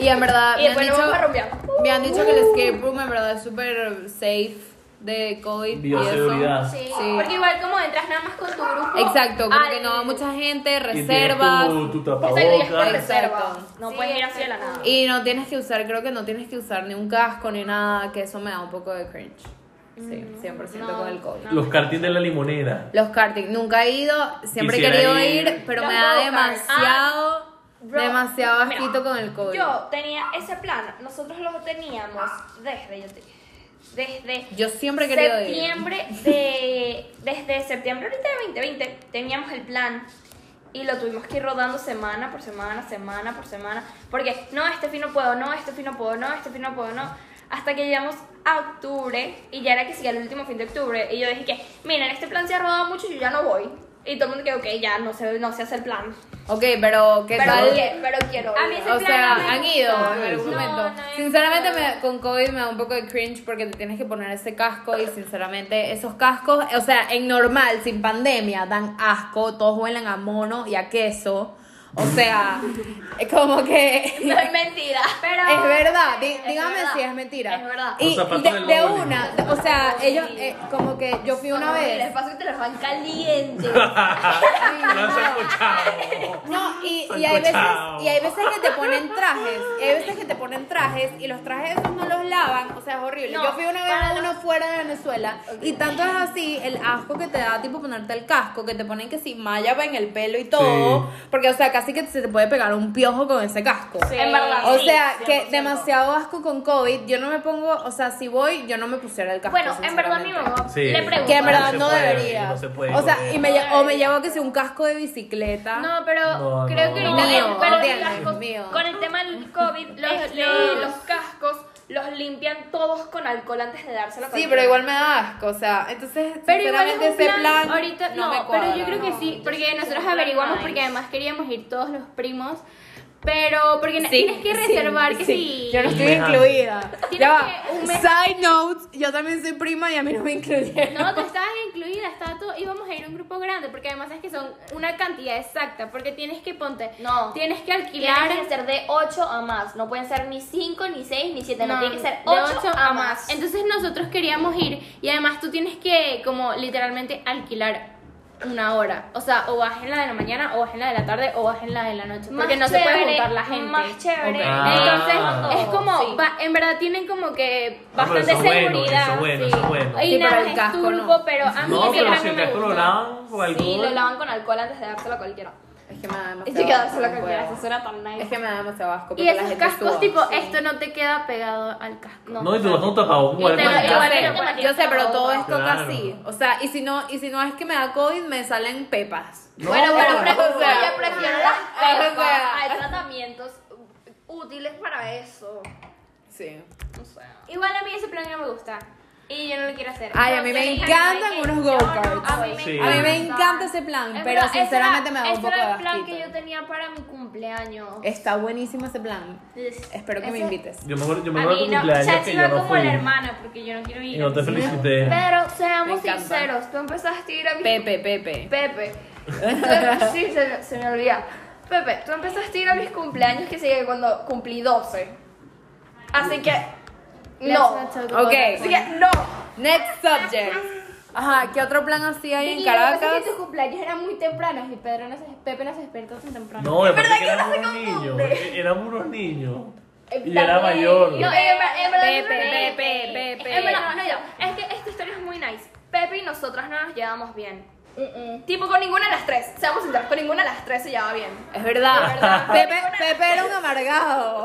[SPEAKER 3] Y en verdad,
[SPEAKER 4] Y
[SPEAKER 3] me han,
[SPEAKER 4] después nos
[SPEAKER 3] dicho,
[SPEAKER 4] vamos a rumbear.
[SPEAKER 3] me han dicho que el escape room en verdad es súper safe de COVID. y eso.
[SPEAKER 5] Bioseguridad.
[SPEAKER 6] Sí.
[SPEAKER 3] Sí.
[SPEAKER 6] Porque igual como entras nada más con tu grupo.
[SPEAKER 3] Exacto, como
[SPEAKER 6] al-
[SPEAKER 3] que no va mucha gente,
[SPEAKER 5] Y tienes
[SPEAKER 3] reservas.
[SPEAKER 5] Tu, tu
[SPEAKER 4] Exacto, y es por
[SPEAKER 5] tapabocas.
[SPEAKER 4] reserva.
[SPEAKER 3] Exacto.
[SPEAKER 4] No
[SPEAKER 6] Sí,
[SPEAKER 4] puedes ir así de la nada.
[SPEAKER 3] Y no tienes que usar, creo que no tienes que usar ni un casco ni nada, que eso me da un poco de cringe. Sí,
[SPEAKER 4] Mm,
[SPEAKER 3] 100% con el COVID.
[SPEAKER 5] Los karting de la limonera.
[SPEAKER 3] Los karting, nunca he ido, siempre
[SPEAKER 5] Quisiera
[SPEAKER 3] he querido
[SPEAKER 5] ir.
[SPEAKER 3] ir, pero
[SPEAKER 4] Los
[SPEAKER 3] me da
[SPEAKER 4] go-karts. Ah,
[SPEAKER 3] demasiado,
[SPEAKER 4] bro,
[SPEAKER 3] demasiado
[SPEAKER 4] mira,
[SPEAKER 3] asquito con el COVID.
[SPEAKER 4] Yo tenía ese plan, nosotros lo teníamos desde, yo te- desde
[SPEAKER 3] Yo siempre he querido ir.
[SPEAKER 4] septiembre de desde septiembre ahorita de 2020 teníamos el plan y lo tuvimos que ir rodando semana por semana, semana por semana, porque no este fin no puedo, no este fin no puedo, no este fin no puedo, no hasta que llegamos a octubre y ya era que sigue el último fin de octubre y yo dije que, miren, este plan se ha rodado mucho, yo ya no voy. Y todo el mundo que, ok, ya no sé, no sé hacer el plan.
[SPEAKER 3] Ok, pero ¿qué
[SPEAKER 4] Pero,
[SPEAKER 3] tal?
[SPEAKER 4] que- pero quiero.
[SPEAKER 6] A mí
[SPEAKER 4] ir.
[SPEAKER 6] ese
[SPEAKER 3] O
[SPEAKER 6] plan
[SPEAKER 3] sea,
[SPEAKER 6] no me
[SPEAKER 3] han ido
[SPEAKER 6] gusta.
[SPEAKER 3] en algún
[SPEAKER 6] No,
[SPEAKER 3] momento.
[SPEAKER 6] no he
[SPEAKER 3] sinceramente,
[SPEAKER 6] ido.
[SPEAKER 3] me- con COVID me da un poco de cringe porque te tienes que poner ese casco y sinceramente esos cascos, o sea, en normal, sin pandemia, dan asco, todos huelen a mono y a queso. O sea, es como
[SPEAKER 4] No
[SPEAKER 3] que...
[SPEAKER 4] es mentira. Pero
[SPEAKER 3] Es verdad, di-
[SPEAKER 4] es
[SPEAKER 3] dígame
[SPEAKER 4] verdad.
[SPEAKER 3] si es mentira.
[SPEAKER 4] Es verdad.
[SPEAKER 3] Y
[SPEAKER 5] Los zapatos
[SPEAKER 3] de,
[SPEAKER 5] del
[SPEAKER 3] de
[SPEAKER 5] bowling.
[SPEAKER 3] una, de- o sea,
[SPEAKER 4] Sí.
[SPEAKER 3] ellos, eh, como que yo fui una
[SPEAKER 4] Horrible,
[SPEAKER 3] vez.
[SPEAKER 4] Les paso que te los van calientes.
[SPEAKER 5] Lo han sancochado.
[SPEAKER 3] No, y,
[SPEAKER 5] Soy
[SPEAKER 3] y hay veces,
[SPEAKER 5] cochao.
[SPEAKER 3] y hay veces que te ponen trajes, y hay veces que te ponen trajes y los trajes esos no los lavan, o sea, es horrible.
[SPEAKER 4] No,
[SPEAKER 3] Yo fui una vez
[SPEAKER 4] para
[SPEAKER 3] a uno fuera de Venezuela y tanto es así el asco que te da tipo ponerte el casco, que te ponen que si malla va en el pelo y todo,
[SPEAKER 5] Sí.
[SPEAKER 3] porque o sea, casi que se te puede pegar un piojo con ese casco.
[SPEAKER 4] Sí. En verdad,
[SPEAKER 3] O
[SPEAKER 4] sí,
[SPEAKER 3] sea, que
[SPEAKER 4] 100%.
[SPEAKER 3] demasiado asco con COVID, yo no me pongo, o sea, si voy, yo no me pusiera el casco.
[SPEAKER 4] Bueno, en verdad mi
[SPEAKER 3] sinceramente.
[SPEAKER 4] mamá
[SPEAKER 5] Sí.
[SPEAKER 4] le preguntó.
[SPEAKER 3] Que en verdad
[SPEAKER 5] se
[SPEAKER 3] no,
[SPEAKER 5] puede,
[SPEAKER 3] debería.
[SPEAKER 5] no se puede
[SPEAKER 3] o sea,
[SPEAKER 5] correr.
[SPEAKER 3] y me, lle- o me llevo que sea un casco de bicicleta.
[SPEAKER 6] No, pero
[SPEAKER 5] No,
[SPEAKER 6] creo
[SPEAKER 5] no.
[SPEAKER 6] que
[SPEAKER 3] Mío,
[SPEAKER 6] ahorita-
[SPEAKER 4] pero
[SPEAKER 3] ¿entiendes?
[SPEAKER 4] los cascos-
[SPEAKER 3] Mío.
[SPEAKER 4] con el tema del COVID, los,
[SPEAKER 6] Este,
[SPEAKER 4] le- los cascos los limpian todos con alcohol antes de dárselo a
[SPEAKER 3] Sí,
[SPEAKER 4] cualquiera.
[SPEAKER 3] pero igual me da asco, o sea, entonces,
[SPEAKER 6] Pero igual es
[SPEAKER 3] sinceramente,
[SPEAKER 6] un
[SPEAKER 3] ese
[SPEAKER 6] plan,
[SPEAKER 3] plan,
[SPEAKER 6] ahorita no,
[SPEAKER 3] me
[SPEAKER 6] pero yo
[SPEAKER 3] cuadra,
[SPEAKER 6] creo que
[SPEAKER 3] no.
[SPEAKER 6] sí, porque nosotros
[SPEAKER 4] plan
[SPEAKER 6] averiguamos
[SPEAKER 4] nice.
[SPEAKER 6] porque además queríamos ir todos los primos, pero porque
[SPEAKER 3] Sí,
[SPEAKER 6] tienes que
[SPEAKER 3] sí,
[SPEAKER 6] reservar que
[SPEAKER 3] sí.
[SPEAKER 6] sí.
[SPEAKER 3] Yo no estoy
[SPEAKER 5] Mejor.
[SPEAKER 3] incluida.
[SPEAKER 6] Tienes
[SPEAKER 3] Ya va.
[SPEAKER 6] que un mes-
[SPEAKER 3] Side notes, yo también soy prima y a mí no me incluyeron.
[SPEAKER 6] No, tú estabas incluida, estaba todo, íbamos a ir a un grupo grande, porque además es que son una cantidad exacta, porque tienes que ponte,
[SPEAKER 4] No.
[SPEAKER 6] tienes que alquilar
[SPEAKER 4] Tienen que ser de 8 a más. No pueden ser ni 5, ni 6, ni 7. No, tiene que ser
[SPEAKER 6] de
[SPEAKER 4] 8,
[SPEAKER 6] ocho
[SPEAKER 4] a más.
[SPEAKER 6] Entonces nosotros queríamos ir y además tú tienes que como literalmente alquilar una hora. O sea, o vas en la de la mañana, o vas en la de la tarde, o vas en la de la noche.
[SPEAKER 4] Más
[SPEAKER 6] Porque no se puede
[SPEAKER 4] chévere,
[SPEAKER 6] juntar la gente.
[SPEAKER 4] Más chévere.
[SPEAKER 6] Ok.
[SPEAKER 5] Ah.
[SPEAKER 6] Entonces, es como,
[SPEAKER 4] Sí.
[SPEAKER 6] va- en verdad tienen como que
[SPEAKER 5] Ah, pero
[SPEAKER 6] bastante
[SPEAKER 5] eso es bueno,
[SPEAKER 6] seguridad.
[SPEAKER 5] eso es bueno,
[SPEAKER 6] sí.
[SPEAKER 5] eso es bueno.
[SPEAKER 6] Y
[SPEAKER 3] Sí,
[SPEAKER 6] nada,
[SPEAKER 3] pero el
[SPEAKER 6] es
[SPEAKER 3] casco
[SPEAKER 6] turbo,
[SPEAKER 3] no.
[SPEAKER 6] pero a mí
[SPEAKER 5] No,
[SPEAKER 6] ese
[SPEAKER 5] pero
[SPEAKER 6] plan
[SPEAKER 5] si el
[SPEAKER 6] me
[SPEAKER 5] casco lo
[SPEAKER 6] gustó.
[SPEAKER 5] lavan con
[SPEAKER 4] Sí,
[SPEAKER 5] alcohol.
[SPEAKER 4] lo lavan con alcohol antes de dárselo a cualquiera.
[SPEAKER 3] Es que me da
[SPEAKER 4] Y
[SPEAKER 3] demasiado
[SPEAKER 4] te quedas
[SPEAKER 3] asco.
[SPEAKER 4] sola
[SPEAKER 3] no
[SPEAKER 4] con cualquiera. Eso
[SPEAKER 3] puedo.
[SPEAKER 4] suena tan nice.
[SPEAKER 3] Es que me da demasiado asco.
[SPEAKER 6] Y
[SPEAKER 3] porque la
[SPEAKER 6] esos
[SPEAKER 3] gente
[SPEAKER 6] cascos
[SPEAKER 3] suda.
[SPEAKER 6] tipo, este, esto no te queda pegado al casco.
[SPEAKER 5] No, y tú vas con tapabocas
[SPEAKER 6] Y
[SPEAKER 5] igual
[SPEAKER 6] te-
[SPEAKER 5] para
[SPEAKER 6] igual
[SPEAKER 5] el
[SPEAKER 3] Yo
[SPEAKER 5] casco.
[SPEAKER 6] te-
[SPEAKER 3] sé,
[SPEAKER 6] Bueno,
[SPEAKER 3] yo sé, pero todo es coca
[SPEAKER 5] Claro.
[SPEAKER 3] así. O sea, y si no, y si no es que me da COVID, me salen pepas.
[SPEAKER 5] No,
[SPEAKER 4] Bueno, pero
[SPEAKER 3] o
[SPEAKER 4] prefiero,
[SPEAKER 3] sea,
[SPEAKER 4] yo
[SPEAKER 6] ah,
[SPEAKER 4] prefiero las
[SPEAKER 3] o
[SPEAKER 4] pepas.
[SPEAKER 3] sea.
[SPEAKER 4] Hay tratamientos útiles para eso.
[SPEAKER 3] Sí.
[SPEAKER 4] O sea.
[SPEAKER 6] Igual a mí ese plan no me gusta. Y yo no lo quiero hacer.
[SPEAKER 3] Ay, a mí me encantan unos go-karts.
[SPEAKER 4] A mí me
[SPEAKER 5] Sí.
[SPEAKER 3] A mí me
[SPEAKER 4] encanta.
[SPEAKER 3] encanta ese plan,
[SPEAKER 4] Es
[SPEAKER 3] pero
[SPEAKER 4] verdad, ese era-
[SPEAKER 3] sinceramente me da un
[SPEAKER 4] ese
[SPEAKER 3] poco de
[SPEAKER 4] era el plan
[SPEAKER 3] asquito.
[SPEAKER 4] que yo tenía para mi cumpleaños.
[SPEAKER 3] Está buenísimo ese plan. Espero que me
[SPEAKER 4] Ese-
[SPEAKER 3] invites.
[SPEAKER 5] Yo me acuerdo, yo me
[SPEAKER 6] A
[SPEAKER 5] acuerdo de tu
[SPEAKER 6] mí no, o sea,
[SPEAKER 5] cumpleaños
[SPEAKER 6] si
[SPEAKER 5] que
[SPEAKER 6] va
[SPEAKER 5] yo no
[SPEAKER 6] como la
[SPEAKER 5] fui.
[SPEAKER 6] hermana, porque yo no quiero ir.
[SPEAKER 5] Y no te felicité.
[SPEAKER 4] Pero
[SPEAKER 3] Me
[SPEAKER 4] seamos
[SPEAKER 3] encanta.
[SPEAKER 4] sinceros, tú empezaste a ir a mis
[SPEAKER 3] Pepe, Pepe.
[SPEAKER 4] Pepe. Tú- sí, se, me- se me olvida. Pepe, tú empezaste a ir a mis cumpleaños que sigue cuando cumplí 12. Así que. No.
[SPEAKER 3] Ok.
[SPEAKER 4] Así que no.
[SPEAKER 3] Next subject. Ajá, ¿qué otro plan así hay en Caracas?
[SPEAKER 6] tus cumpleaños eran muy tempranos y Pedro no se, Pepe no se despertó tan temprano.
[SPEAKER 5] No, de verdad que éramos unos niños. eh, Éramos unos niños. Y yo era
[SPEAKER 4] Eh, También.
[SPEAKER 5] mayor.
[SPEAKER 4] No, eh, en verdad- en verdad
[SPEAKER 3] Pepe,
[SPEAKER 4] yo no me-
[SPEAKER 3] Pepe, Pepe.
[SPEAKER 4] En verdad, no, yo. Es que esta historia es muy nice. Pepe y nosotras no nos llevamos bien.
[SPEAKER 3] Mm,
[SPEAKER 4] Tipo, con ninguna de las tres. Seamos sinceros, con ninguna de las tres se llevaba bien.
[SPEAKER 3] Es verdad.
[SPEAKER 4] verdad.
[SPEAKER 3] Pepe, Pepe era un amargado.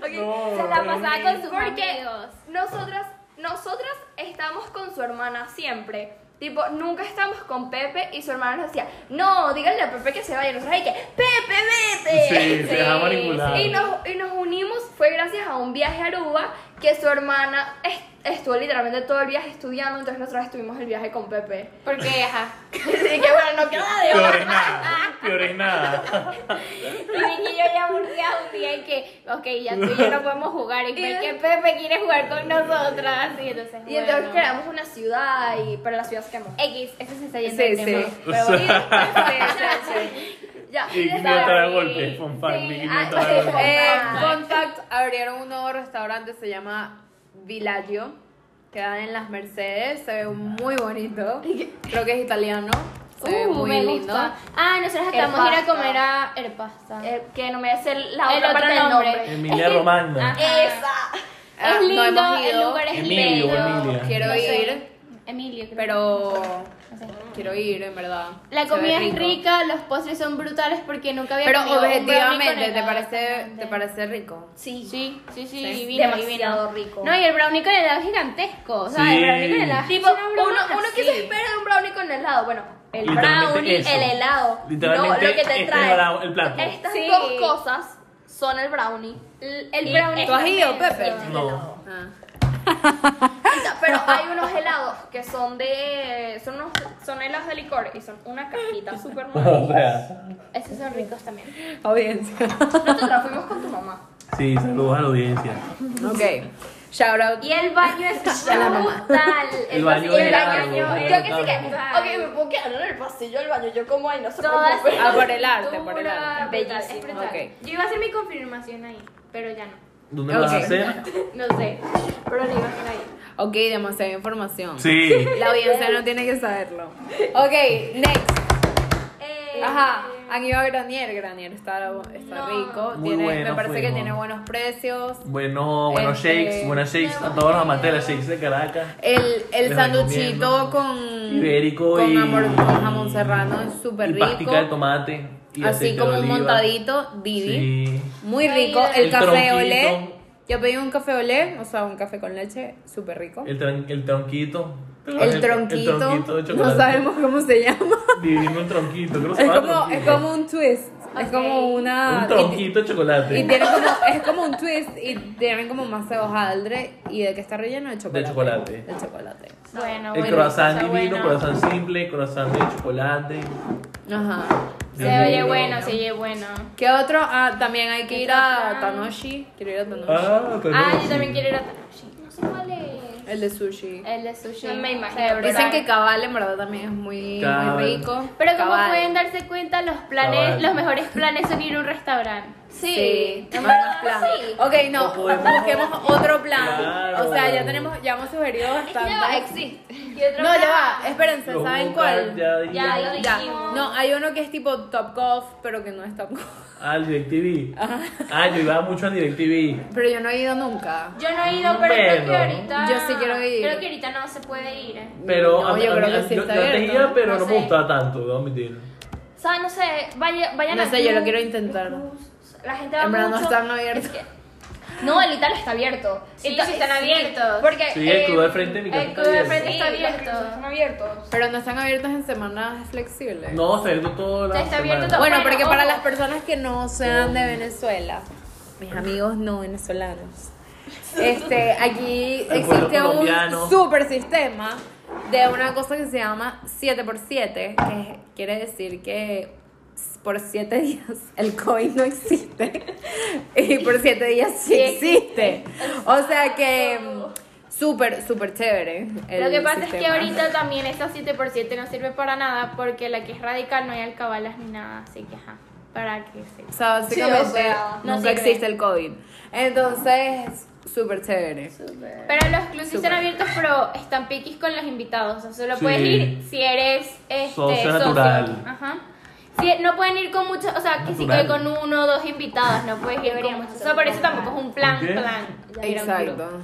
[SPEAKER 4] Okay.
[SPEAKER 5] No,
[SPEAKER 4] se la pasaba con sus
[SPEAKER 6] Porque
[SPEAKER 4] amigos. Nosotras, nosotras estamos con su hermana siempre. Tipo, nunca estamos con Pepe y su hermana nos decía, no, díganle a Pepe que se vaya. Y Nosotros hay que, Pepe, vete.
[SPEAKER 5] Sí, se dejaba manipular.
[SPEAKER 4] Y nos, y nos unimos, fue gracias a un viaje a Aruba que su hermana est- estuvo literalmente todo el viaje estudiando, entonces nosotros estuvimos el viaje con Pepe.
[SPEAKER 6] Porque, ajá.
[SPEAKER 4] Así que bueno, no queda de
[SPEAKER 5] Peor
[SPEAKER 4] otra.
[SPEAKER 5] es nada. Peor es nada.
[SPEAKER 6] Y Vicky y yo ya un día, un día en que, ok, ya tú y yo no podemos jugar. Y fue que Pepe quiere jugar con nosotras. Y entonces,
[SPEAKER 4] Y entonces
[SPEAKER 6] bueno.
[SPEAKER 4] creamos una ciudad, y, pero la ciudad se quemó.
[SPEAKER 6] X, eso se está yendo
[SPEAKER 3] Sí,
[SPEAKER 6] de
[SPEAKER 3] sí.
[SPEAKER 6] tema.
[SPEAKER 4] Pero bueno,
[SPEAKER 3] Eh,
[SPEAKER 4] ya.
[SPEAKER 5] Y
[SPEAKER 4] ya
[SPEAKER 5] no trae
[SPEAKER 4] está.
[SPEAKER 5] golpes, fun fact,
[SPEAKER 4] Sí,
[SPEAKER 5] Vicky, no
[SPEAKER 4] ah,
[SPEAKER 5] trae golpes.
[SPEAKER 3] Eh,
[SPEAKER 4] fun fact.
[SPEAKER 3] fun fact, abrieron un nuevo restaurante, se llama Villaggio. Queda en las Mercedes, se ve muy bonito. Creo que es italiano. Se ve
[SPEAKER 6] Uh,
[SPEAKER 3] muy
[SPEAKER 6] me
[SPEAKER 3] lindo.
[SPEAKER 6] gusta. Ah, nosotros acabamos de ir a
[SPEAKER 4] Erpasta.
[SPEAKER 6] comer a Erpasta.
[SPEAKER 4] Eh, que no me hace la
[SPEAKER 6] El
[SPEAKER 4] otra
[SPEAKER 6] otro
[SPEAKER 4] parte del
[SPEAKER 6] nombre.
[SPEAKER 4] nombre.
[SPEAKER 5] Emilia Romagna.
[SPEAKER 6] Ajá.
[SPEAKER 4] Esa.
[SPEAKER 3] Ah,
[SPEAKER 6] es
[SPEAKER 3] no
[SPEAKER 6] lindo,
[SPEAKER 3] hemos
[SPEAKER 6] el
[SPEAKER 3] ido.
[SPEAKER 6] lugar es
[SPEAKER 5] Emilio,
[SPEAKER 6] lindo.
[SPEAKER 5] Emilia.
[SPEAKER 3] Quiero
[SPEAKER 6] No sé.
[SPEAKER 3] ir,
[SPEAKER 6] Emilio, creo.
[SPEAKER 3] pero
[SPEAKER 6] No sé.
[SPEAKER 3] quiero ir, en verdad.
[SPEAKER 6] La
[SPEAKER 3] Se ve
[SPEAKER 6] comida es
[SPEAKER 3] rico.
[SPEAKER 6] rica, los postres son brutales porque nunca había
[SPEAKER 3] Pero
[SPEAKER 6] comido un brownie con
[SPEAKER 3] objetivamente, ¿te
[SPEAKER 6] helado
[SPEAKER 3] parece,
[SPEAKER 6] gigante.
[SPEAKER 3] ¿te parece rico?
[SPEAKER 4] Sí.
[SPEAKER 6] Sí, sí,
[SPEAKER 3] Sí.
[SPEAKER 6] sí, divino,
[SPEAKER 4] Demasiado
[SPEAKER 6] divino.
[SPEAKER 4] rico.
[SPEAKER 6] No, y el brownie con helado es gigigantesco. O sea,
[SPEAKER 5] Sí.
[SPEAKER 6] el brownie con helado. es
[SPEAKER 4] Tipo,
[SPEAKER 6] una
[SPEAKER 4] uno,
[SPEAKER 6] broma
[SPEAKER 4] uno que
[SPEAKER 6] así.
[SPEAKER 4] se espera de un brownie con helado. Bueno, el
[SPEAKER 5] Literalmente
[SPEAKER 4] brownie,
[SPEAKER 5] eso.
[SPEAKER 4] el helado.
[SPEAKER 5] Literalmente
[SPEAKER 4] Ah, no, lo que te
[SPEAKER 5] este
[SPEAKER 4] trae.
[SPEAKER 5] bravo- el plato.
[SPEAKER 4] Estas
[SPEAKER 6] Sí.
[SPEAKER 4] dos cosas son el brownie.
[SPEAKER 6] El, el
[SPEAKER 4] Y
[SPEAKER 6] brownie.
[SPEAKER 3] ¿Tú has ido,
[SPEAKER 6] también.
[SPEAKER 3] Pepe?
[SPEAKER 5] No.
[SPEAKER 3] Ah.
[SPEAKER 4] Pero hay unos helados que son de. Son, unos, son helados de licor y son una cajita súper
[SPEAKER 5] O
[SPEAKER 4] nueva.
[SPEAKER 5] sea,
[SPEAKER 6] Esos son ricos también.
[SPEAKER 3] Audiencia.
[SPEAKER 4] Nosotros fuimos con tu mamá.
[SPEAKER 5] sí, saludos a la audiencia.
[SPEAKER 3] ok. Shout out.
[SPEAKER 4] Y el baño es
[SPEAKER 3] A la mamá.
[SPEAKER 4] brutal.
[SPEAKER 5] El baño
[SPEAKER 4] pasillo-
[SPEAKER 5] es largo,
[SPEAKER 4] baño
[SPEAKER 5] el
[SPEAKER 4] es- Yo
[SPEAKER 5] baño
[SPEAKER 4] que sí
[SPEAKER 5] es
[SPEAKER 6] largo.
[SPEAKER 4] que. Ok, me puedo quedar en el pasillo del baño. Yo como ahí no se
[SPEAKER 6] Todas
[SPEAKER 4] preocupen.
[SPEAKER 3] Ah, por el arte, por el arte.
[SPEAKER 4] Bellísimo.
[SPEAKER 6] Es brutal.
[SPEAKER 3] Ok.
[SPEAKER 6] Yo iba a hacer mi confirmación ahí, pero ya no.
[SPEAKER 5] ¿Dónde lo vas a
[SPEAKER 3] Ok.
[SPEAKER 5] hacer?
[SPEAKER 6] No sé. Pero le iba a hacer ahí.
[SPEAKER 3] Ok, demasiada información.
[SPEAKER 5] Sí.
[SPEAKER 3] La audiencia no tiene que saberlo. Ok, next.
[SPEAKER 4] Eh,
[SPEAKER 3] Ajá, han ido a Granier. Granier está, está rico.
[SPEAKER 5] Muy
[SPEAKER 3] Tiene, me
[SPEAKER 5] bueno,
[SPEAKER 3] parece que
[SPEAKER 5] fuimos.
[SPEAKER 3] tiene buenos precios.
[SPEAKER 5] Bueno, buenos
[SPEAKER 3] Este-
[SPEAKER 5] shakes, buenas shakes a todos los amantes de las shakes de Caracas.
[SPEAKER 3] El, el
[SPEAKER 5] Les
[SPEAKER 3] sanduchito
[SPEAKER 5] recomiendo.
[SPEAKER 3] con,
[SPEAKER 5] Ibérico
[SPEAKER 3] Mm, con,
[SPEAKER 5] y-
[SPEAKER 3] amor- con jamón serrano es súper
[SPEAKER 5] y
[SPEAKER 3] rico.
[SPEAKER 5] pastica de tomate. Y
[SPEAKER 3] Así
[SPEAKER 5] aceite
[SPEAKER 3] como
[SPEAKER 5] de
[SPEAKER 3] un
[SPEAKER 5] oliva.
[SPEAKER 3] montadito, divi.
[SPEAKER 5] Sí.
[SPEAKER 3] Muy rico. El,
[SPEAKER 5] El
[SPEAKER 3] café
[SPEAKER 5] tronquito.
[SPEAKER 3] olé. Yo pedí un café olé, o sea, un café con leche, súper rico.
[SPEAKER 5] El, tron- el tronquito.
[SPEAKER 3] El,
[SPEAKER 5] El
[SPEAKER 3] tronquito,
[SPEAKER 5] tronquito de chocolate.
[SPEAKER 3] no sabemos cómo se llama.
[SPEAKER 5] Divino un tronquito. creo que se
[SPEAKER 3] Es
[SPEAKER 5] llama
[SPEAKER 3] como, es
[SPEAKER 5] tronquito.
[SPEAKER 3] como un twist. Es como una.
[SPEAKER 5] Un tronquito de chocolate.
[SPEAKER 3] Y tiene como, es como un twist y tienen como masa de hojaldre y de que está relleno de chocolate.
[SPEAKER 5] chocolate.
[SPEAKER 3] De chocolate.
[SPEAKER 6] Bueno,
[SPEAKER 5] El
[SPEAKER 6] bueno,
[SPEAKER 5] croissant
[SPEAKER 6] está
[SPEAKER 5] divino,
[SPEAKER 6] bueno.
[SPEAKER 5] croissant simple, croissant de chocolate.
[SPEAKER 3] Ajá.
[SPEAKER 6] Se
[SPEAKER 5] Dios
[SPEAKER 6] oye
[SPEAKER 5] mío.
[SPEAKER 6] bueno, se oye bueno.
[SPEAKER 3] ¿Qué otro? Ah, también hay
[SPEAKER 4] Este
[SPEAKER 3] que ir a Tanoshi. Quiero ir a Tanoshi.
[SPEAKER 5] Ah, pero
[SPEAKER 6] Ah,
[SPEAKER 5] no,
[SPEAKER 6] yo
[SPEAKER 5] sí.
[SPEAKER 6] también quiero ir a Tanashi. No sé cuál es.
[SPEAKER 3] El de sushi.
[SPEAKER 6] El de sushi.
[SPEAKER 4] No me imagino,
[SPEAKER 6] Cerebral.
[SPEAKER 4] pero-
[SPEAKER 3] Dicen que cabal en verdad también es muy,
[SPEAKER 5] Cabal.
[SPEAKER 3] muy rico.
[SPEAKER 6] Pero como
[SPEAKER 3] Cabal.
[SPEAKER 6] pueden darse cuenta, los planes,
[SPEAKER 5] Cabal.
[SPEAKER 6] los mejores planes son ir a un restaurante.
[SPEAKER 4] Sí.
[SPEAKER 3] no hay más plan.
[SPEAKER 4] Sí.
[SPEAKER 3] Ok, no,
[SPEAKER 5] No podemos.
[SPEAKER 3] busquemos otro plan.
[SPEAKER 5] Claro.
[SPEAKER 3] O sea, ya tenemos, ya hemos sugerido bastante.
[SPEAKER 4] Ya va, existe.
[SPEAKER 3] No, ya va, espérense,
[SPEAKER 5] Los
[SPEAKER 3] ¿saben
[SPEAKER 5] Bukan
[SPEAKER 3] cuál?
[SPEAKER 5] Ya, dije.
[SPEAKER 4] Ya, lo
[SPEAKER 3] Ya.
[SPEAKER 4] dijimos.
[SPEAKER 3] No, hay uno que es tipo Top Golf, pero que no es Top Golf.
[SPEAKER 5] Ah, el DirecTV. Ah, yo iba mucho a DirecTV.
[SPEAKER 3] Pero yo no he ido nunca.
[SPEAKER 4] Yo no he ido, pero creo que
[SPEAKER 5] Bueno.
[SPEAKER 4] ahorita.
[SPEAKER 3] Yo sí quiero ir.
[SPEAKER 4] Creo que ahorita no se puede ir. ¿eh?
[SPEAKER 5] Pero
[SPEAKER 3] No,
[SPEAKER 5] a mí-
[SPEAKER 3] yo
[SPEAKER 5] a
[SPEAKER 3] creo
[SPEAKER 5] mí-
[SPEAKER 3] que sí
[SPEAKER 5] yo-
[SPEAKER 3] está
[SPEAKER 5] yo antes
[SPEAKER 3] abierto,
[SPEAKER 5] iba, pero
[SPEAKER 4] no
[SPEAKER 5] no,
[SPEAKER 4] sé.
[SPEAKER 5] me gustaba tanto, debo admitir.
[SPEAKER 4] O sea, no sé, vaya, vayan
[SPEAKER 3] No
[SPEAKER 4] al
[SPEAKER 3] sé, yo lo
[SPEAKER 4] club,
[SPEAKER 3] quiero intentar.
[SPEAKER 4] al club. La gente va
[SPEAKER 3] En verdad no
[SPEAKER 4] mucho.
[SPEAKER 3] están abiertos.
[SPEAKER 4] No, el Italo está abierto.
[SPEAKER 6] Sí,
[SPEAKER 4] Ita-
[SPEAKER 6] sí están abiertos.
[SPEAKER 4] Porque,
[SPEAKER 5] Sí, el
[SPEAKER 4] eh,
[SPEAKER 5] club de frente de mi casa
[SPEAKER 4] El
[SPEAKER 5] está
[SPEAKER 4] club de
[SPEAKER 5] abierto.
[SPEAKER 4] frente está
[SPEAKER 6] Sí, los
[SPEAKER 4] abierto.
[SPEAKER 6] clubes
[SPEAKER 4] Están abiertos.
[SPEAKER 3] Pero no están abiertos en semanas flexibles.
[SPEAKER 5] No, está abierto todo. la
[SPEAKER 4] Está abierto
[SPEAKER 5] semana.
[SPEAKER 4] todo.
[SPEAKER 3] Bueno,
[SPEAKER 4] Bueno,
[SPEAKER 3] porque para
[SPEAKER 4] ojo.
[SPEAKER 3] las personas que no sean de Venezuela, mis amigos no venezolanos, este, aquí
[SPEAKER 5] El pueblo
[SPEAKER 3] existe
[SPEAKER 5] colombiano.
[SPEAKER 3] un super sistema de una cosa que se llama 7x7, que quiere decir que por 7 días el COVID no existe y por 7 días sí existe. O sea que mm, súper, súper chévere. el
[SPEAKER 6] Lo que pasa es que
[SPEAKER 3] sistema.
[SPEAKER 6] ahorita también esa 7x7 no sirve para nada porque la que es radical no hay alcabalas ni nada, así que ajá, para que se...
[SPEAKER 3] O sea, básicamente
[SPEAKER 4] Sí, o sea,
[SPEAKER 6] no
[SPEAKER 3] nunca
[SPEAKER 6] sirve.
[SPEAKER 3] existe el COVID. Entonces, súper chévere.
[SPEAKER 6] Pero los clubes sí
[SPEAKER 3] Súper.
[SPEAKER 6] están abiertos, pero están piquis con los invitados. O sea, solo
[SPEAKER 5] Sí.
[SPEAKER 6] puedes ir si eres este,
[SPEAKER 5] Socio natural.
[SPEAKER 6] Ajá. Si- no pueden ir con muchos, o sea, que si
[SPEAKER 5] Natural.
[SPEAKER 6] que con uno o dos invitados, no puedes ir con muchos. O sea, por eso tampoco es un plan,
[SPEAKER 5] ¿Qué?
[SPEAKER 6] plan. Ya era un club.
[SPEAKER 3] Exacto.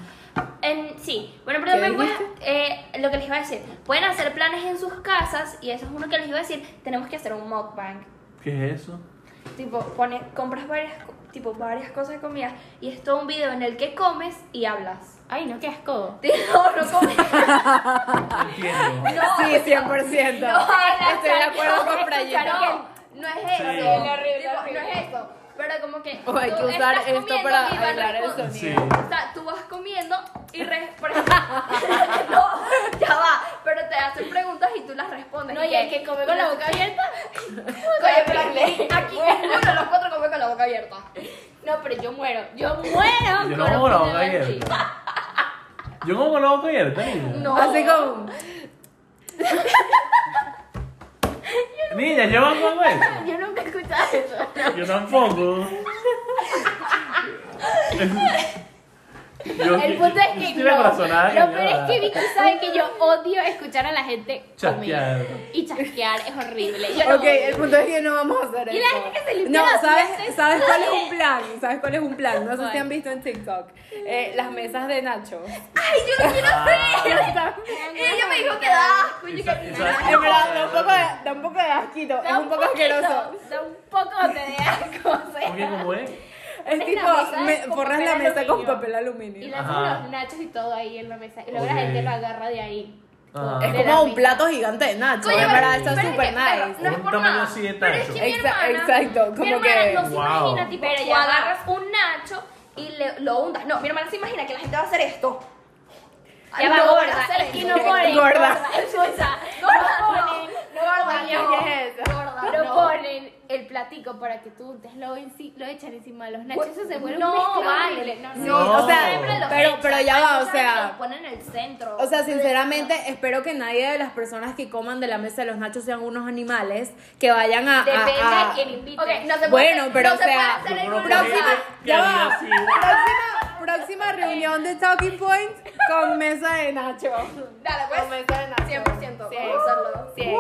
[SPEAKER 4] En- sí, bueno, pero
[SPEAKER 3] ¿Qué
[SPEAKER 4] también puedes, eh, lo que les iba a decir, pueden hacer planes en sus casas y eso es uno que les iba a decir, tenemos que hacer un mukbang.
[SPEAKER 5] ¿Qué es eso?
[SPEAKER 4] Tipo, pone, compras varias, co- tipo, varias cosas de comida y es todo un video en el que comes y hablas.
[SPEAKER 6] Ay, no, qué asco.
[SPEAKER 4] No, no comes.
[SPEAKER 6] Ah.
[SPEAKER 5] Entiendo.
[SPEAKER 3] Sí, 100%. Estoy de acuerdo con Frayeta.
[SPEAKER 4] No, no es eso.
[SPEAKER 5] Sí.
[SPEAKER 4] Tipo, no es eso. Pero como que.
[SPEAKER 3] O hay
[SPEAKER 4] tú
[SPEAKER 3] que usar
[SPEAKER 4] estás
[SPEAKER 3] esto
[SPEAKER 4] comiendo
[SPEAKER 3] para
[SPEAKER 4] y vas
[SPEAKER 3] agarrar el
[SPEAKER 4] respon-
[SPEAKER 5] Sí.
[SPEAKER 4] O sea, tú vas comiendo y. Re, por ejemplo, no, ya va. Pero te hacen preguntas y tú las respondes.
[SPEAKER 6] No, y el que come con la boca abierta.
[SPEAKER 4] Oye, pero aquí, aquí ninguno de los cuatro come con la boca abierta.
[SPEAKER 6] No, pero yo muero. Yo muero.
[SPEAKER 5] Yo no
[SPEAKER 6] con
[SPEAKER 5] como la
[SPEAKER 6] un
[SPEAKER 5] boca
[SPEAKER 6] así.
[SPEAKER 5] abierta. Yo como la boca abierta, niña.
[SPEAKER 4] No.
[SPEAKER 3] Así como.
[SPEAKER 5] Niña, yo no como eso.
[SPEAKER 6] Yo nunca he escuchado eso.
[SPEAKER 5] Yo tampoco. Yo-
[SPEAKER 6] El punto es que
[SPEAKER 5] yo estoy
[SPEAKER 6] no.
[SPEAKER 5] abrazonada que
[SPEAKER 6] Lo
[SPEAKER 5] nada.
[SPEAKER 6] peor es que Vicky sabe que yo odio escuchar a la gente
[SPEAKER 5] Chasquear.
[SPEAKER 6] comer. Y chasquear es horrible. Yo no
[SPEAKER 3] Ok, el punto es que no vamos a hacer eso.
[SPEAKER 6] Y la gente que se limpia
[SPEAKER 3] No,
[SPEAKER 6] las
[SPEAKER 3] ¿sabes,
[SPEAKER 6] dientes.
[SPEAKER 3] ¿sabes cuál es un plan? ¿Sabes cuál es un plan? No sé si
[SPEAKER 6] ¿Cuál?
[SPEAKER 3] han visto en TikTok. Eh, las mesas de Nacho.
[SPEAKER 4] ¡Ay, yo no quiero hacer!
[SPEAKER 3] Está-
[SPEAKER 4] Ella me dijo que da asco. y yo
[SPEAKER 5] Esa-
[SPEAKER 4] que-
[SPEAKER 5] esa-
[SPEAKER 3] En verdad, da un poco de, da un poco de asquito.
[SPEAKER 6] Da
[SPEAKER 3] Es un poco
[SPEAKER 6] poquito,
[SPEAKER 3] asqueroso.
[SPEAKER 6] Da un poco de asco. o sea.
[SPEAKER 5] Oye, ¿cómo es?
[SPEAKER 3] Es tipo,
[SPEAKER 6] la mesa
[SPEAKER 3] me-
[SPEAKER 6] es con
[SPEAKER 3] forras la
[SPEAKER 6] papel
[SPEAKER 3] mesa con
[SPEAKER 6] aluminio.
[SPEAKER 3] papel
[SPEAKER 6] Y
[SPEAKER 3] aluminio.
[SPEAKER 6] lanzan
[SPEAKER 5] Ajá.
[SPEAKER 6] los nachos y todo ahí en la mesa. Y luego
[SPEAKER 5] Ok.
[SPEAKER 6] la gente lo agarra de ahí.
[SPEAKER 5] Ah.
[SPEAKER 3] Es
[SPEAKER 6] de
[SPEAKER 3] como
[SPEAKER 6] la
[SPEAKER 3] un
[SPEAKER 6] mesa.
[SPEAKER 3] plato gigante de Nacho.
[SPEAKER 4] Coño,
[SPEAKER 3] En
[SPEAKER 4] pero-
[SPEAKER 3] verdad, está
[SPEAKER 4] pero es
[SPEAKER 3] súper
[SPEAKER 4] que- pero
[SPEAKER 3] nice.
[SPEAKER 4] No es
[SPEAKER 5] Un
[SPEAKER 4] por
[SPEAKER 5] tamaño
[SPEAKER 4] nada.
[SPEAKER 5] así de
[SPEAKER 4] Pero es
[SPEAKER 5] tacho.
[SPEAKER 4] que mi
[SPEAKER 3] Exa-
[SPEAKER 4] hermana.
[SPEAKER 3] exacto, como
[SPEAKER 4] mi hermana
[SPEAKER 3] que-
[SPEAKER 4] no se
[SPEAKER 5] Wow.
[SPEAKER 4] imagina, tipo,
[SPEAKER 6] Pero
[SPEAKER 4] tú
[SPEAKER 6] ya va.
[SPEAKER 4] agarras un nacho y le- lo hundas. No, mi hermana se imagina que la gente va a hacer esto.
[SPEAKER 6] Ya va
[SPEAKER 4] No van a
[SPEAKER 6] gorda.
[SPEAKER 4] hacer
[SPEAKER 6] Es que
[SPEAKER 4] esto.
[SPEAKER 6] no ponen.
[SPEAKER 3] Gorda.
[SPEAKER 6] Escucha.
[SPEAKER 4] Gorda,
[SPEAKER 6] No
[SPEAKER 4] no.
[SPEAKER 6] ponen.
[SPEAKER 4] Gorda,
[SPEAKER 6] no.
[SPEAKER 4] no.
[SPEAKER 3] ¿Qué es eso?
[SPEAKER 4] Gorda,
[SPEAKER 6] Pero
[SPEAKER 4] no.
[SPEAKER 6] ponen el platico para que tú untes, lo, enci- lo echan encima de los nachos. Eso se vuelve
[SPEAKER 4] No,
[SPEAKER 6] un mezcla
[SPEAKER 4] vale.
[SPEAKER 6] horrible. No, no,
[SPEAKER 3] Sí,
[SPEAKER 5] No.
[SPEAKER 3] o
[SPEAKER 4] Siempre
[SPEAKER 3] sea,
[SPEAKER 4] lo
[SPEAKER 3] pero,
[SPEAKER 4] echan.
[SPEAKER 3] pero ya va,
[SPEAKER 4] Hay
[SPEAKER 3] o
[SPEAKER 4] mucha gente que Lo
[SPEAKER 3] sea,
[SPEAKER 4] ponen en el centro.
[SPEAKER 3] o sea, sinceramente, espero que nadie de las personas que coman de la mesa de los nachos sean unos animales que vayan a... a-
[SPEAKER 6] Depende
[SPEAKER 3] a-
[SPEAKER 6] de quién invite.
[SPEAKER 4] Ok, no se puede
[SPEAKER 3] Bueno,
[SPEAKER 4] hacer-
[SPEAKER 3] pero,
[SPEAKER 4] no
[SPEAKER 3] o
[SPEAKER 4] se puede
[SPEAKER 3] sea,
[SPEAKER 4] hacer el
[SPEAKER 5] Yo creo que
[SPEAKER 4] grupo.
[SPEAKER 5] ahorita
[SPEAKER 3] Próxima, ya
[SPEAKER 5] quedaría
[SPEAKER 3] va.
[SPEAKER 5] así,
[SPEAKER 3] Próxima, próxima reunión de Talking Point con mesa de Nacho.
[SPEAKER 4] Dale, pues.
[SPEAKER 3] Con mesa de Nacho.
[SPEAKER 4] 100%.
[SPEAKER 3] Sí. Uh,
[SPEAKER 4] Vamos a hacerlo.
[SPEAKER 3] Sí.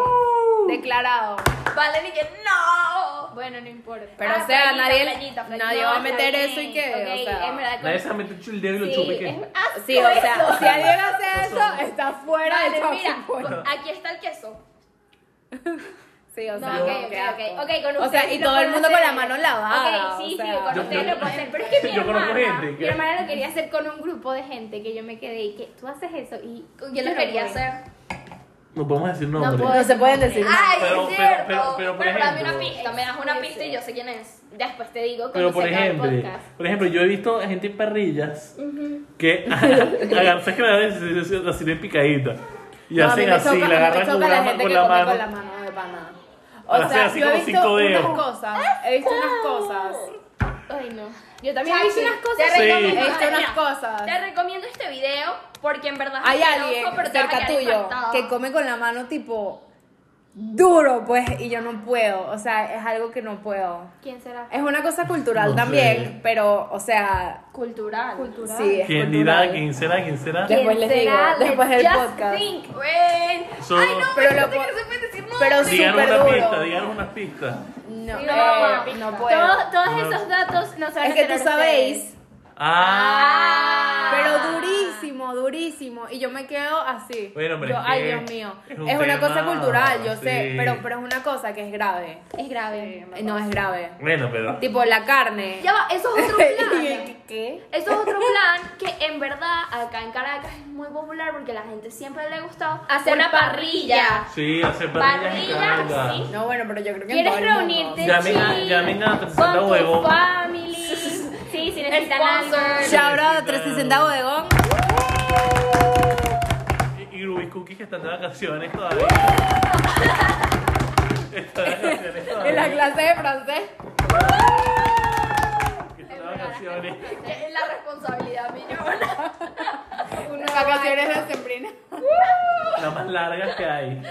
[SPEAKER 3] Declarado.
[SPEAKER 4] Vale, ni que no.
[SPEAKER 6] Bueno, no importa.
[SPEAKER 3] Pero,
[SPEAKER 4] Ah,
[SPEAKER 3] o sea,
[SPEAKER 4] playita,
[SPEAKER 3] nadie,
[SPEAKER 4] playita, playita.
[SPEAKER 3] nadie
[SPEAKER 4] No,
[SPEAKER 3] va a
[SPEAKER 4] está
[SPEAKER 3] meter
[SPEAKER 4] bien.
[SPEAKER 3] eso y que, o sea...
[SPEAKER 6] en verdad,
[SPEAKER 5] Nadie se va a meter el dedo y lo chupa y
[SPEAKER 6] es
[SPEAKER 5] qué.
[SPEAKER 6] asco
[SPEAKER 3] Sí, o sea,
[SPEAKER 6] eso.
[SPEAKER 3] si alguien hace eso, está fuera de
[SPEAKER 4] Vale,
[SPEAKER 3] Talking
[SPEAKER 4] mira,
[SPEAKER 3] Point.
[SPEAKER 4] aquí está el queso.
[SPEAKER 3] Sí, o sea,
[SPEAKER 6] No, ok,
[SPEAKER 3] no,
[SPEAKER 6] ok,
[SPEAKER 3] qué
[SPEAKER 6] ok.
[SPEAKER 3] asco.
[SPEAKER 6] Ok, con
[SPEAKER 3] O sea,
[SPEAKER 6] ustedes
[SPEAKER 3] y
[SPEAKER 6] lo
[SPEAKER 3] todo el
[SPEAKER 6] pueden
[SPEAKER 3] mundo con
[SPEAKER 6] hacer.
[SPEAKER 3] la mano lavada.
[SPEAKER 6] Ok, sí,
[SPEAKER 3] o sea.
[SPEAKER 6] sí, con
[SPEAKER 5] Yo-
[SPEAKER 6] ustedes
[SPEAKER 5] yo-
[SPEAKER 6] lo pueden hacer. Pero es que mi
[SPEAKER 5] yo conozco
[SPEAKER 6] hermana,
[SPEAKER 5] gente que-
[SPEAKER 6] mi hermana lo quería hacer con un grupo de gente que yo me quedé y que tú haces eso y
[SPEAKER 4] Yo lo
[SPEAKER 6] no
[SPEAKER 4] quería
[SPEAKER 6] puedo.
[SPEAKER 4] hacer.
[SPEAKER 5] No podemos decir
[SPEAKER 6] No
[SPEAKER 5] nombres.
[SPEAKER 6] puedo. Ah,
[SPEAKER 3] No se pueden decir.
[SPEAKER 4] Ay,
[SPEAKER 5] Pero-
[SPEAKER 4] es
[SPEAKER 5] pero-
[SPEAKER 4] cierto.
[SPEAKER 5] pero- pero, por
[SPEAKER 4] Bueno, dame una
[SPEAKER 5] ejemplo-
[SPEAKER 4] pista, me das una pista y yo sé quién es.
[SPEAKER 6] Después te digo
[SPEAKER 5] Pero
[SPEAKER 6] cuando
[SPEAKER 5] por
[SPEAKER 6] se acabe el
[SPEAKER 5] ejemplo,
[SPEAKER 6] podcast.
[SPEAKER 5] por ejemplo, yo he visto gente en parrillas que agarran que la, la, la sirven picadita. Y
[SPEAKER 3] No, a mí
[SPEAKER 5] hacen
[SPEAKER 3] me
[SPEAKER 5] así,
[SPEAKER 3] choca-
[SPEAKER 5] la
[SPEAKER 3] a mí me
[SPEAKER 5] agarran con
[SPEAKER 3] choca
[SPEAKER 5] la, ma-
[SPEAKER 3] gente
[SPEAKER 5] con
[SPEAKER 3] que
[SPEAKER 5] la
[SPEAKER 3] come
[SPEAKER 5] mano.
[SPEAKER 3] con la mano de pana. O
[SPEAKER 5] Hace
[SPEAKER 3] sea,
[SPEAKER 5] así
[SPEAKER 3] yo he
[SPEAKER 5] como
[SPEAKER 3] visto
[SPEAKER 5] cinco dedos.
[SPEAKER 3] unas cosas, he visto unas cosas,
[SPEAKER 6] Ay, no.
[SPEAKER 4] Yo
[SPEAKER 6] también hice unas cosas.
[SPEAKER 4] Te
[SPEAKER 5] Sí.
[SPEAKER 4] recomiendo,
[SPEAKER 3] he visto
[SPEAKER 4] Mira,
[SPEAKER 3] unas cosas.
[SPEAKER 4] Te recomiendo este video porque en verdad es
[SPEAKER 3] Hay
[SPEAKER 4] asqueroso,
[SPEAKER 3] alguien
[SPEAKER 4] pero te vas a
[SPEAKER 3] cerca
[SPEAKER 4] quedar
[SPEAKER 3] tuyo
[SPEAKER 4] impactado.
[SPEAKER 3] que come con la mano tipo duro, pues, y yo no puedo. O sea, es algo que no puedo.
[SPEAKER 6] ¿Quién será?
[SPEAKER 3] Es una cosa cultural
[SPEAKER 5] No
[SPEAKER 3] también,
[SPEAKER 5] sé.
[SPEAKER 3] pero, o sea,
[SPEAKER 4] Cultural. Cultural.
[SPEAKER 3] sí, es
[SPEAKER 5] ¿Quién
[SPEAKER 3] cultural.
[SPEAKER 5] dirá? ¿Quién será? ¿Quién será?
[SPEAKER 3] ¿Quién Después les
[SPEAKER 4] será?
[SPEAKER 3] digo, después del
[SPEAKER 4] Just
[SPEAKER 3] podcast.
[SPEAKER 4] Think, güey.
[SPEAKER 5] Solo-
[SPEAKER 4] Ay, no,
[SPEAKER 3] Pero
[SPEAKER 4] pero
[SPEAKER 3] lo
[SPEAKER 4] lo que
[SPEAKER 3] po-
[SPEAKER 4] no se puede decir no.
[SPEAKER 3] pero sí.
[SPEAKER 5] Díganos una
[SPEAKER 3] superduro.
[SPEAKER 5] pista, díganos unas pistas.
[SPEAKER 3] No,
[SPEAKER 4] Sí,
[SPEAKER 3] eh,
[SPEAKER 4] no, mamá.
[SPEAKER 3] no puedo.
[SPEAKER 6] Todos, todos
[SPEAKER 5] No.
[SPEAKER 6] esos datos no se van
[SPEAKER 3] Es
[SPEAKER 6] a
[SPEAKER 3] que tú
[SPEAKER 6] enterar
[SPEAKER 3] sabéis,
[SPEAKER 5] Ah.
[SPEAKER 3] pero durísimo, durísimo. Y yo me quedo así.
[SPEAKER 5] Bueno, pero
[SPEAKER 3] Yo,
[SPEAKER 5] es
[SPEAKER 3] ay,
[SPEAKER 5] que
[SPEAKER 3] Dios mío.
[SPEAKER 5] es
[SPEAKER 3] Es,
[SPEAKER 5] un
[SPEAKER 3] una cosa
[SPEAKER 5] tema,
[SPEAKER 3] cultural, yo sé,
[SPEAKER 5] sí.
[SPEAKER 3] pero, pero es una cosa que es grave.
[SPEAKER 6] ustedes. Es grave.
[SPEAKER 3] Eh, No es grave.
[SPEAKER 5] Bueno, pero.
[SPEAKER 3] Tipo la carne.
[SPEAKER 4] Ya va, eso es otro plan.
[SPEAKER 3] Y- ¿Qué?
[SPEAKER 4] Eso es otro plan que en verdad acá en Caracas es muy popular porque a la gente siempre le ha gustado
[SPEAKER 6] Hacer
[SPEAKER 4] una parrilla.
[SPEAKER 5] Sí, hacer parrillas en
[SPEAKER 4] Parrillas,
[SPEAKER 5] Caracas.
[SPEAKER 4] sí.
[SPEAKER 3] No, bueno, pero yo creo que en
[SPEAKER 6] ¿Quieres
[SPEAKER 3] todo el mundo.
[SPEAKER 6] reunirte?
[SPEAKER 5] Llamen a-
[SPEAKER 6] chill,
[SPEAKER 5] llamen a 360
[SPEAKER 6] con tu
[SPEAKER 5] Huevo.
[SPEAKER 6] family. Sí, si necesitan algo.
[SPEAKER 4] Sponsor.
[SPEAKER 3] Shout out a 360 bodegón.
[SPEAKER 5] Y, y Rubik's Cookies que están de vacaciones todavía. están de vacaciones
[SPEAKER 3] En la
[SPEAKER 5] todavía.
[SPEAKER 3] clase de francés.
[SPEAKER 5] que Están de vacaciones.
[SPEAKER 4] Que es la responsabilidad millona.
[SPEAKER 3] Unas vacaciones de sembrina.
[SPEAKER 5] Las más largas que hay.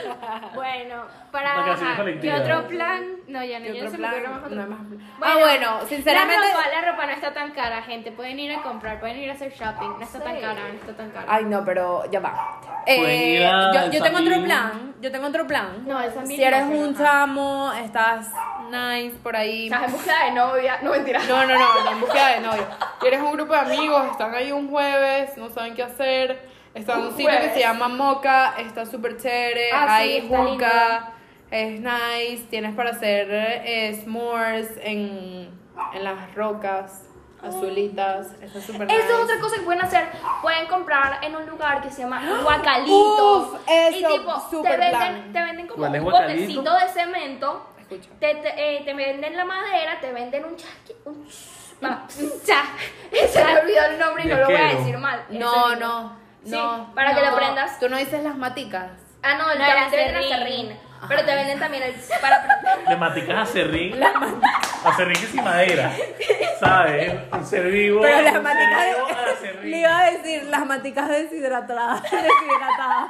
[SPEAKER 6] Bueno, para.
[SPEAKER 5] Vacaciones
[SPEAKER 6] ¿Qué
[SPEAKER 5] colectivas.
[SPEAKER 6] otro plan? No, ya no,
[SPEAKER 3] ¿Qué
[SPEAKER 6] yo no
[SPEAKER 3] otro
[SPEAKER 6] se me
[SPEAKER 3] plan?
[SPEAKER 6] ocurre más otro
[SPEAKER 3] No hay
[SPEAKER 6] plan.
[SPEAKER 3] más plan. Ah, bueno, sinceramente-
[SPEAKER 6] La ropa, la ropa no está tan cara, gente. Pueden ir a comprar, pueden ir a hacer shopping. No está tan
[SPEAKER 4] Sí.
[SPEAKER 6] cara, no está tan cara.
[SPEAKER 3] Ay, no, pero ya va.
[SPEAKER 5] Pueden
[SPEAKER 3] Eh,
[SPEAKER 5] ir a
[SPEAKER 3] yo, yo tengo
[SPEAKER 5] Sambil.
[SPEAKER 3] otro plan. Yo tengo otro plan.
[SPEAKER 6] No, el Sambil
[SPEAKER 3] Si eres
[SPEAKER 6] no, pero
[SPEAKER 3] un
[SPEAKER 6] ajá.
[SPEAKER 3] chamo, estás nice por ahí.
[SPEAKER 4] Estás en busca de novia. No, mentira.
[SPEAKER 3] No, no, no, no, en búsqueda de novio. Tienes un grupo de amigos, están ahí un jueves, no saben qué hacer. Están en un
[SPEAKER 4] Un
[SPEAKER 3] sitio que
[SPEAKER 4] jueves.
[SPEAKER 3] se llama Moca, está súper chévere,
[SPEAKER 6] Ah, sí,
[SPEAKER 3] hay
[SPEAKER 6] está
[SPEAKER 3] juca, es nice, tienes para hacer eh, s'mores en, en las rocas azulitas, está súper nice. ¡Ah!
[SPEAKER 4] Eso es otra cosa que pueden hacer. Pueden comprar en un lugar que se llama Guacalito.
[SPEAKER 3] Uf, eso,
[SPEAKER 4] y tipo, te
[SPEAKER 3] súper
[SPEAKER 4] venden,
[SPEAKER 3] plan.
[SPEAKER 4] te venden como
[SPEAKER 5] ¿Cuál es
[SPEAKER 4] un
[SPEAKER 5] Guacalito?
[SPEAKER 4] botecito de cemento.
[SPEAKER 3] Escucha.
[SPEAKER 4] Te, te, eh, te venden la madera, te venden un chasqui. Un, no, un cha- Se me olvidó el nombre y no lo voy a
[SPEAKER 5] Yesquero.
[SPEAKER 4] decir mal. Ese
[SPEAKER 3] No,
[SPEAKER 4] mismo.
[SPEAKER 3] no,
[SPEAKER 4] Sí,
[SPEAKER 3] no.
[SPEAKER 4] para que
[SPEAKER 3] no.
[SPEAKER 4] lo prendas.
[SPEAKER 3] Tú no dices las maticas.
[SPEAKER 4] Ah, no,
[SPEAKER 6] No,
[SPEAKER 4] también
[SPEAKER 6] el
[SPEAKER 4] te venden el
[SPEAKER 6] acerrín.
[SPEAKER 4] acerrín. Pero te venden también el. Para prender.
[SPEAKER 5] Temáticas acerrín. Acerrín que sin madera. ¿Sabes? Un ser vivo.
[SPEAKER 3] Pero las
[SPEAKER 5] un
[SPEAKER 3] maticas.
[SPEAKER 5] ser vivo, acerrín.
[SPEAKER 3] Le iba a decir las maticas deshidratadas. deshidratadas.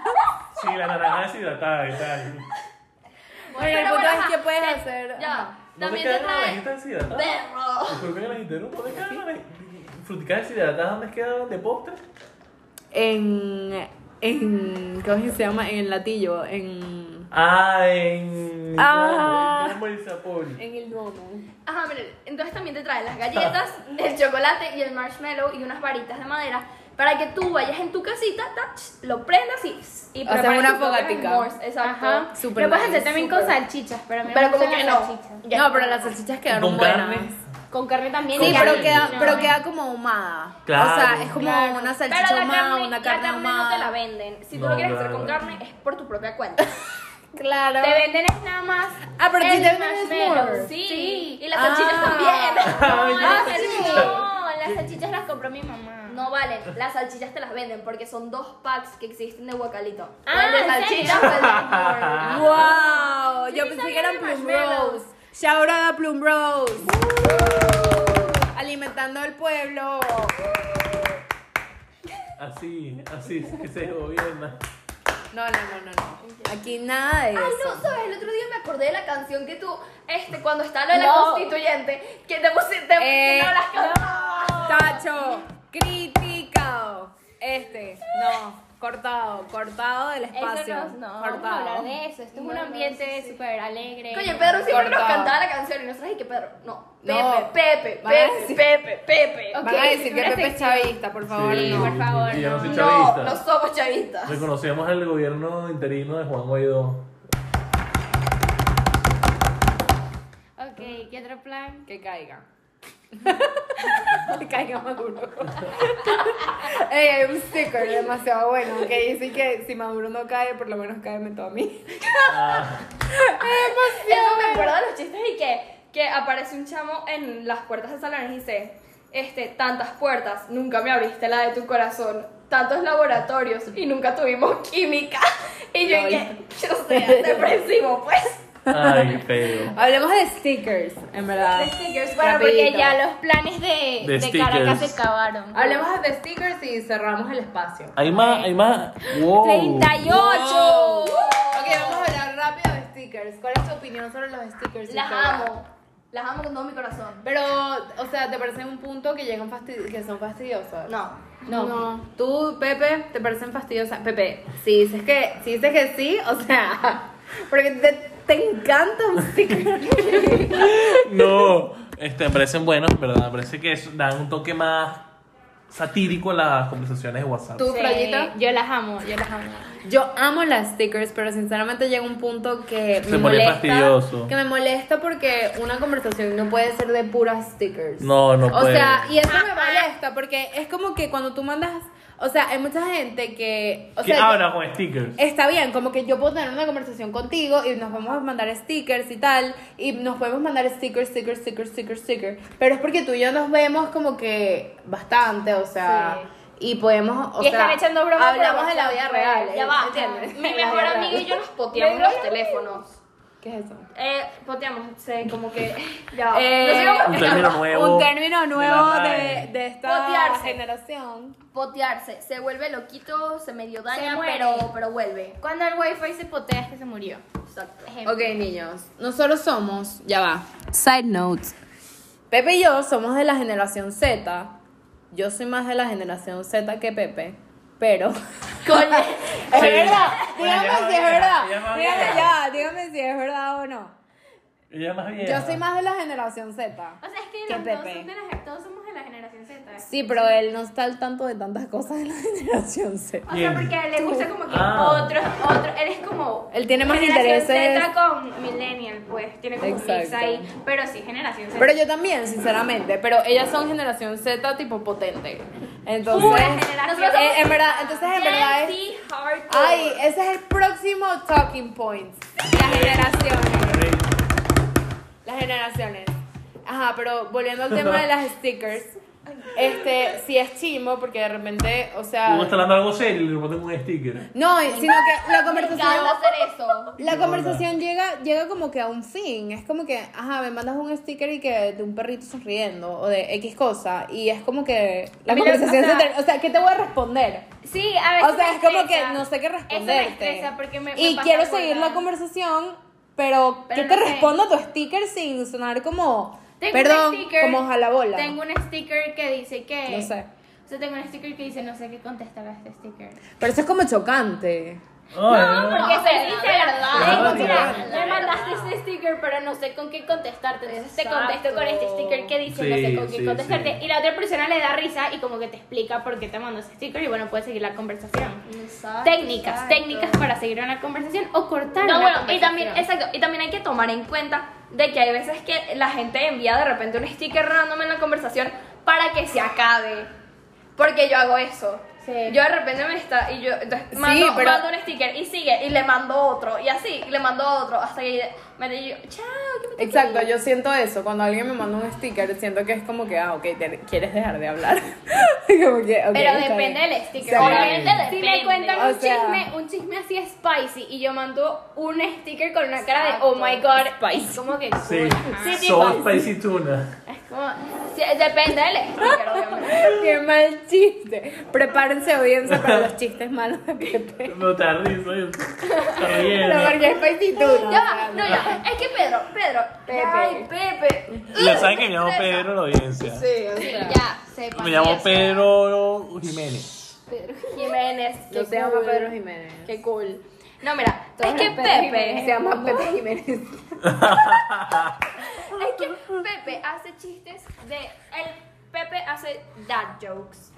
[SPEAKER 5] Sí, la naranja deshidratada y tal.
[SPEAKER 3] Bueno, el
[SPEAKER 4] Pero
[SPEAKER 3] punto es
[SPEAKER 4] ajá,
[SPEAKER 3] que puedes
[SPEAKER 4] te-
[SPEAKER 3] hacer.
[SPEAKER 4] Ya.
[SPEAKER 5] ¿No te
[SPEAKER 4] También te
[SPEAKER 5] queda la
[SPEAKER 4] traen.
[SPEAKER 5] naranjita deshidratada?
[SPEAKER 4] Perro.
[SPEAKER 5] ¿Por qué la gente no? ¿Dónde quedan las fruticas deshidratadas? ¿Dónde quedan de postre?
[SPEAKER 3] En. En. ¿Cómo es que se llama? En el latillo. En.
[SPEAKER 5] Ah, en.
[SPEAKER 3] Ah.
[SPEAKER 5] ¿Cómo el sapori?
[SPEAKER 3] En el domo.
[SPEAKER 4] Ajá, mira, entonces también te traen las galletas, el chocolate y el marshmallow y unas varitas de madera para que tú vayas en tu casita, tach, lo prendas y, y
[SPEAKER 3] O sea,
[SPEAKER 4] prepares
[SPEAKER 3] una
[SPEAKER 4] tus propios
[SPEAKER 3] fogatica.
[SPEAKER 4] s'mores, Exacto.
[SPEAKER 6] Ajá.
[SPEAKER 3] Súper
[SPEAKER 6] Lo puedes
[SPEAKER 3] nice,
[SPEAKER 6] hacer también con
[SPEAKER 3] súper.
[SPEAKER 6] salchichas, pero a mí me
[SPEAKER 4] Pero como
[SPEAKER 6] gustan
[SPEAKER 4] que
[SPEAKER 6] las
[SPEAKER 4] no.
[SPEAKER 6] salchichas.
[SPEAKER 4] Ya.
[SPEAKER 3] No, pero las salchichas quedaron
[SPEAKER 5] ¿Con
[SPEAKER 3] buenas.
[SPEAKER 5] carne?
[SPEAKER 6] Con carne también.
[SPEAKER 3] Sí,
[SPEAKER 6] y
[SPEAKER 3] pero
[SPEAKER 6] carne,
[SPEAKER 3] queda,
[SPEAKER 6] no.
[SPEAKER 3] pero queda como ahumada. O
[SPEAKER 5] Claro.
[SPEAKER 3] sea, es como
[SPEAKER 6] Claro.
[SPEAKER 3] una
[SPEAKER 4] Pero
[SPEAKER 3] salchicha
[SPEAKER 4] la
[SPEAKER 3] ahumada,
[SPEAKER 4] carne,
[SPEAKER 3] una
[SPEAKER 4] la
[SPEAKER 3] carne,
[SPEAKER 4] carne no te la
[SPEAKER 3] ahumada.
[SPEAKER 4] venden. Si tú
[SPEAKER 5] No,
[SPEAKER 4] lo quieres hacer
[SPEAKER 5] claro.
[SPEAKER 4] con carne, es por tu propia cuenta.
[SPEAKER 3] Claro.
[SPEAKER 4] te venden es nada más.
[SPEAKER 3] Ah, pero sí
[SPEAKER 4] el
[SPEAKER 3] te venden
[SPEAKER 4] marshmallow,
[SPEAKER 3] s'mores.
[SPEAKER 4] Sí.
[SPEAKER 6] Sí.
[SPEAKER 4] Y las salchichas
[SPEAKER 3] Ah.
[SPEAKER 4] también.
[SPEAKER 6] Ah,
[SPEAKER 4] Las
[SPEAKER 6] sí.
[SPEAKER 4] salchichas no.
[SPEAKER 6] No, las salchichas las compró mi mamá.
[SPEAKER 4] No valen, las salchichas te las venden porque son dos packs que existen de guacalito.
[SPEAKER 6] Ah,
[SPEAKER 4] el de
[SPEAKER 6] ¿en
[SPEAKER 4] salchichas o
[SPEAKER 6] serio?
[SPEAKER 4] el de hamburger.
[SPEAKER 3] ¡Wow!
[SPEAKER 4] Sí,
[SPEAKER 3] Yo
[SPEAKER 4] Ah. sí
[SPEAKER 3] pensé
[SPEAKER 4] sabía
[SPEAKER 3] que eran
[SPEAKER 4] de
[SPEAKER 3] Plum
[SPEAKER 4] marshmallows.
[SPEAKER 3] Rose. Shout out a Plum Rose.
[SPEAKER 4] Uh.
[SPEAKER 3] Alimentando al pueblo.
[SPEAKER 5] Así, así es que se gobierna.
[SPEAKER 3] No, no, no, no, no. Aquí nada de eso.
[SPEAKER 4] Ay, no, sabes, el otro día me acordé de la canción que tú, este, cuando estaba lo de la
[SPEAKER 6] No.
[SPEAKER 4] constituyente, que te pusiste, te
[SPEAKER 3] Eh,
[SPEAKER 4] pusiste las canciones.
[SPEAKER 3] Tacho, criticado. Este, no, cortado, cortado del espacio.
[SPEAKER 6] Eso no, no, vamos a
[SPEAKER 3] cortado.
[SPEAKER 6] hablar de eso. Esto es un ambiente súper alegre.
[SPEAKER 4] Coño, Pedro siempre nos
[SPEAKER 3] Cortado.
[SPEAKER 4] cantaba la canción y nosotros, y que Pedro, no, Pepe,
[SPEAKER 3] No.
[SPEAKER 4] Pepe,
[SPEAKER 3] Van a
[SPEAKER 4] Pepe,
[SPEAKER 3] decir-
[SPEAKER 4] Pepe, Pepe.
[SPEAKER 6] Ok.
[SPEAKER 3] Van a decir que
[SPEAKER 6] una
[SPEAKER 3] Pepe es
[SPEAKER 6] sección.
[SPEAKER 3] chavista, por favor.
[SPEAKER 5] Sí,
[SPEAKER 3] no.
[SPEAKER 6] por favor,
[SPEAKER 5] Yo no soy
[SPEAKER 6] no.
[SPEAKER 4] No,
[SPEAKER 5] chavista.
[SPEAKER 4] no somos chavistas.
[SPEAKER 5] Reconocemos el gobierno interino de Juan Guaidó.
[SPEAKER 6] Ok, ¿qué otro plan?
[SPEAKER 3] Que caiga. Caiga Maduro. Ey, hay un sticker demasiado bueno que dice que si Maduro no cae, por lo menos cáeme tú a mí.
[SPEAKER 5] Ah,
[SPEAKER 4] Eso me acuerdo de los chistes y que, que aparece un chamo en las puertas de salones y dice, este, tantas puertas, nunca me abriste la de tu corazón, tantos laboratorios y nunca tuvimos química. Y yo
[SPEAKER 3] Lol.
[SPEAKER 4] dije, o sea, depresivo, pues.
[SPEAKER 5] ay, feo.
[SPEAKER 3] Hablemos de stickers, en
[SPEAKER 6] Ah.
[SPEAKER 3] verdad.
[SPEAKER 4] De stickers,
[SPEAKER 6] Bueno, porque
[SPEAKER 3] Rapidito.
[SPEAKER 6] ya los planes de,
[SPEAKER 5] De
[SPEAKER 6] de, Caracas
[SPEAKER 5] stickers.
[SPEAKER 6] se acabaron.
[SPEAKER 3] Hablemos de stickers y cerramos el espacio.
[SPEAKER 5] Hay más, hay más. Wow.
[SPEAKER 6] 38.
[SPEAKER 4] Oh.
[SPEAKER 3] Ok, vamos a hablar rápido de stickers. ¿Cuál es tu opinión sobre los stickers?
[SPEAKER 4] Las
[SPEAKER 3] Victoria?
[SPEAKER 4] amo. Las amo con todo mi corazón.
[SPEAKER 3] Pero, o sea, ¿te parece un punto que llegan fastidi- que son fastidiosas?
[SPEAKER 4] No.
[SPEAKER 3] No. Tú, Pepe, ¿te parecen fastidiosas? Pepe, si dices que, si dices que sí, o sea, porque te, te encanta un sticker.
[SPEAKER 5] No. Este, me parecen buenos, ¿verdad? Me parece que es- dan un toque más satírico a las conversaciones de WhatsApp.
[SPEAKER 3] Tú.
[SPEAKER 6] Sí,
[SPEAKER 3] Frayita.
[SPEAKER 6] yo las amo, yo las amo.
[SPEAKER 3] Yo amo las stickers, pero sinceramente llega un punto que
[SPEAKER 5] Se
[SPEAKER 3] me
[SPEAKER 5] pone
[SPEAKER 3] molesta.
[SPEAKER 5] fastidioso.
[SPEAKER 3] Que me molesta porque una conversación no puede ser de puras stickers.
[SPEAKER 5] No, no
[SPEAKER 3] O
[SPEAKER 5] puede.
[SPEAKER 3] sea, y eso me molesta porque es como que cuando tú mandas, o sea, hay mucha gente que, o
[SPEAKER 5] que
[SPEAKER 3] sea,
[SPEAKER 5] habla con stickers.
[SPEAKER 3] Está bien, como que yo puedo tener una conversación contigo y nos vamos a mandar stickers y tal, y nos podemos mandar stickers, stickers, stickers, stickers, stickers, pero es porque tú y yo nos vemos como que bastante, o sea, y podemos, o
[SPEAKER 6] Y están
[SPEAKER 3] sea,
[SPEAKER 6] echando bromas por
[SPEAKER 3] hablamos de la vida
[SPEAKER 6] WhatsApp,
[SPEAKER 3] real, ¿eh?
[SPEAKER 6] pues,
[SPEAKER 4] Ya va.
[SPEAKER 3] ¿entiendes?
[SPEAKER 4] Mi
[SPEAKER 3] De la
[SPEAKER 4] mejor
[SPEAKER 3] vida
[SPEAKER 4] amiga
[SPEAKER 3] real.
[SPEAKER 4] y yo nos poteamos los teléfonos.
[SPEAKER 3] ¿Qué es eso?
[SPEAKER 4] Eh, poteamos, sé, como que. Ya.
[SPEAKER 3] Eh,
[SPEAKER 5] Un término nuevo.
[SPEAKER 3] Un término nuevo
[SPEAKER 5] de la
[SPEAKER 3] de,
[SPEAKER 5] RAE.
[SPEAKER 3] de esta
[SPEAKER 4] Potearse.
[SPEAKER 3] generación.
[SPEAKER 4] Potearse. Se vuelve loquito, se medio
[SPEAKER 6] Se
[SPEAKER 4] daña,
[SPEAKER 6] muere.
[SPEAKER 4] pero, pero vuelve.
[SPEAKER 6] Cuando el wifi se potea es que se murió.
[SPEAKER 4] Exacto.
[SPEAKER 6] Ejemplo.
[SPEAKER 3] Ok, niños, nosotros somos, ya va. Side notes. Pepe y yo somos de la generación Z. Yo soy más de la generación Z que Pepe, pero. Coño, es
[SPEAKER 5] Sí.
[SPEAKER 3] verdad.
[SPEAKER 5] Bueno,
[SPEAKER 3] Dígame
[SPEAKER 5] ya va
[SPEAKER 3] si es
[SPEAKER 5] bien,
[SPEAKER 3] verdad.
[SPEAKER 5] ya va
[SPEAKER 3] Dígame
[SPEAKER 5] bien.
[SPEAKER 3] ya, dígame si es verdad o no.
[SPEAKER 5] Ella más bien.
[SPEAKER 3] Yo soy más de la generación Z.
[SPEAKER 6] O sea, es que
[SPEAKER 3] ¿Qué,
[SPEAKER 6] los dos,
[SPEAKER 3] Pepe?
[SPEAKER 6] son de la- todos somos de la generación Z.
[SPEAKER 3] Sí, pero él no está al tanto de tantas cosas de la generación Z.
[SPEAKER 6] O
[SPEAKER 5] ¿Quién?
[SPEAKER 6] sea, porque le gusta como que
[SPEAKER 5] Ah.
[SPEAKER 6] otros, otros, él es como...
[SPEAKER 3] Él tiene más
[SPEAKER 6] generación
[SPEAKER 3] intereses.
[SPEAKER 6] Z con millennial, pues, tiene como un mix
[SPEAKER 3] Exacto.
[SPEAKER 6] ahí, pero sí, generación Z.
[SPEAKER 3] Pero yo también, sinceramente. Pero ellas son generación Z tipo potente. Entonces.
[SPEAKER 6] Pura generación.
[SPEAKER 3] Eh, en verdad, entonces en verdad es.
[SPEAKER 4] Sí, hardcore.
[SPEAKER 3] Ay, ese es el próximo talking point. Las generaciones. Las generaciones. Ajá, pero volviendo al tema de las stickers. Este, sí es chimbo porque de repente, o sea.
[SPEAKER 5] Uno está hablando algo serio y le botan un sticker.
[SPEAKER 3] No, sino que la conversación.
[SPEAKER 4] encanta hacer eso.
[SPEAKER 3] La
[SPEAKER 5] Qué
[SPEAKER 3] conversación llega, llega como que a un fin. Es como que, ajá, me mandas un sticker y que de un perrito sonriendo o de X cosa. Y es como que la
[SPEAKER 6] A mí lo-
[SPEAKER 3] conversación
[SPEAKER 6] o sea-
[SPEAKER 3] se termina. O sea, ¿qué te voy a responder?
[SPEAKER 6] Sí, a veces
[SPEAKER 3] O sea,
[SPEAKER 6] Pues me
[SPEAKER 3] es como que
[SPEAKER 6] estresa.
[SPEAKER 3] no sé qué
[SPEAKER 6] Eso me
[SPEAKER 3] responderte.
[SPEAKER 6] estresa porque me, me
[SPEAKER 3] Y
[SPEAKER 6] pasa
[SPEAKER 3] quiero
[SPEAKER 6] algo,
[SPEAKER 3] seguir
[SPEAKER 6] ¿verdad?
[SPEAKER 3] la conversación, pero,
[SPEAKER 6] Pero
[SPEAKER 3] ¿qué
[SPEAKER 6] no
[SPEAKER 3] te
[SPEAKER 6] sé.
[SPEAKER 3] respondo a tu sticker sin sonar como,
[SPEAKER 6] Tengo un
[SPEAKER 3] perdón,
[SPEAKER 6] sticker-
[SPEAKER 3] como jalabola?
[SPEAKER 6] Tengo un sticker que dice que...
[SPEAKER 3] No sé.
[SPEAKER 6] O sea, tengo un sticker que dice no sé qué contestar a este sticker.
[SPEAKER 3] Pero eso es como chocante.
[SPEAKER 5] Ay,
[SPEAKER 6] No, porque soy sincera.
[SPEAKER 5] verdad.
[SPEAKER 6] Digo, mira,
[SPEAKER 5] La
[SPEAKER 6] me mandaste este sticker, pero no sé con qué contestarte. Entonces te contesto con este sticker que dice, no
[SPEAKER 5] Sí,
[SPEAKER 6] sé con qué
[SPEAKER 5] sí,
[SPEAKER 6] contestarte.
[SPEAKER 5] sí.
[SPEAKER 6] Y la otra persona le da risa y como que te explica por qué te mandó ese sticker y bueno, puedes seguir la conversación. técnicas, técnicas para seguir una conversación o cortar
[SPEAKER 4] No,
[SPEAKER 6] una
[SPEAKER 4] bueno, y
[SPEAKER 6] conversación.
[SPEAKER 4] también, exacto, y también hay que tomar en cuenta de que hay veces que la gente envía de repente un sticker random en la conversación para que se acabe. Porque yo hago eso.
[SPEAKER 6] Sí.
[SPEAKER 4] Yo de repente me está y yo entonces mando,
[SPEAKER 3] pero-
[SPEAKER 4] mando un sticker y sigue y le mando otro y así y le mando otro hasta que me di- yo, chao, ¿qué me
[SPEAKER 3] Exacto, yo siento eso. Cuando alguien me manda un sticker, siento que es como que, ah, ok, te- quieres dejar de hablar. como que, ok,
[SPEAKER 4] Pero
[SPEAKER 3] está
[SPEAKER 4] depende
[SPEAKER 3] bien.
[SPEAKER 4] del sticker.
[SPEAKER 3] Se acabó.
[SPEAKER 4] Obviamente
[SPEAKER 6] Si
[SPEAKER 4] depende.
[SPEAKER 6] me cuentan
[SPEAKER 3] O
[SPEAKER 6] un
[SPEAKER 3] sea-
[SPEAKER 6] chisme, un chisme así spicy y yo mando un sticker con una cara de oh my god, es como que cool,
[SPEAKER 5] Sí.
[SPEAKER 6] ajá.
[SPEAKER 5] sí. Soy spicy tuna.
[SPEAKER 4] Es como- sí, depende del sticker, obviamente.
[SPEAKER 3] Qué mal chiste. Prepárense, audiencia, para los chistes malos de Pepe.
[SPEAKER 5] No te risa. Está
[SPEAKER 3] Pero
[SPEAKER 5] bien.
[SPEAKER 3] porque es paisitud.
[SPEAKER 4] Ya va, no, ya. Es que Pedro, Pedro.
[SPEAKER 3] Pepe.
[SPEAKER 4] Ay, Pepe.
[SPEAKER 5] Ya saben que me llamo Pedro en la audiencia.
[SPEAKER 3] Sí, o sea.
[SPEAKER 4] Ya, sepa.
[SPEAKER 5] Me llamo Pedro Jiménez.
[SPEAKER 4] Pedro Jiménez.
[SPEAKER 3] No
[SPEAKER 4] qué
[SPEAKER 3] se llama
[SPEAKER 4] cool,
[SPEAKER 3] Pedro Jiménez.
[SPEAKER 4] Qué cool. No, mira,
[SPEAKER 3] Todos
[SPEAKER 4] es que
[SPEAKER 3] los Pedro
[SPEAKER 4] Pepe.
[SPEAKER 3] Jiménez Se llama Pepe Jiménez.
[SPEAKER 4] Es que Pepe hace chistes de. El Pepe hace dad jokes.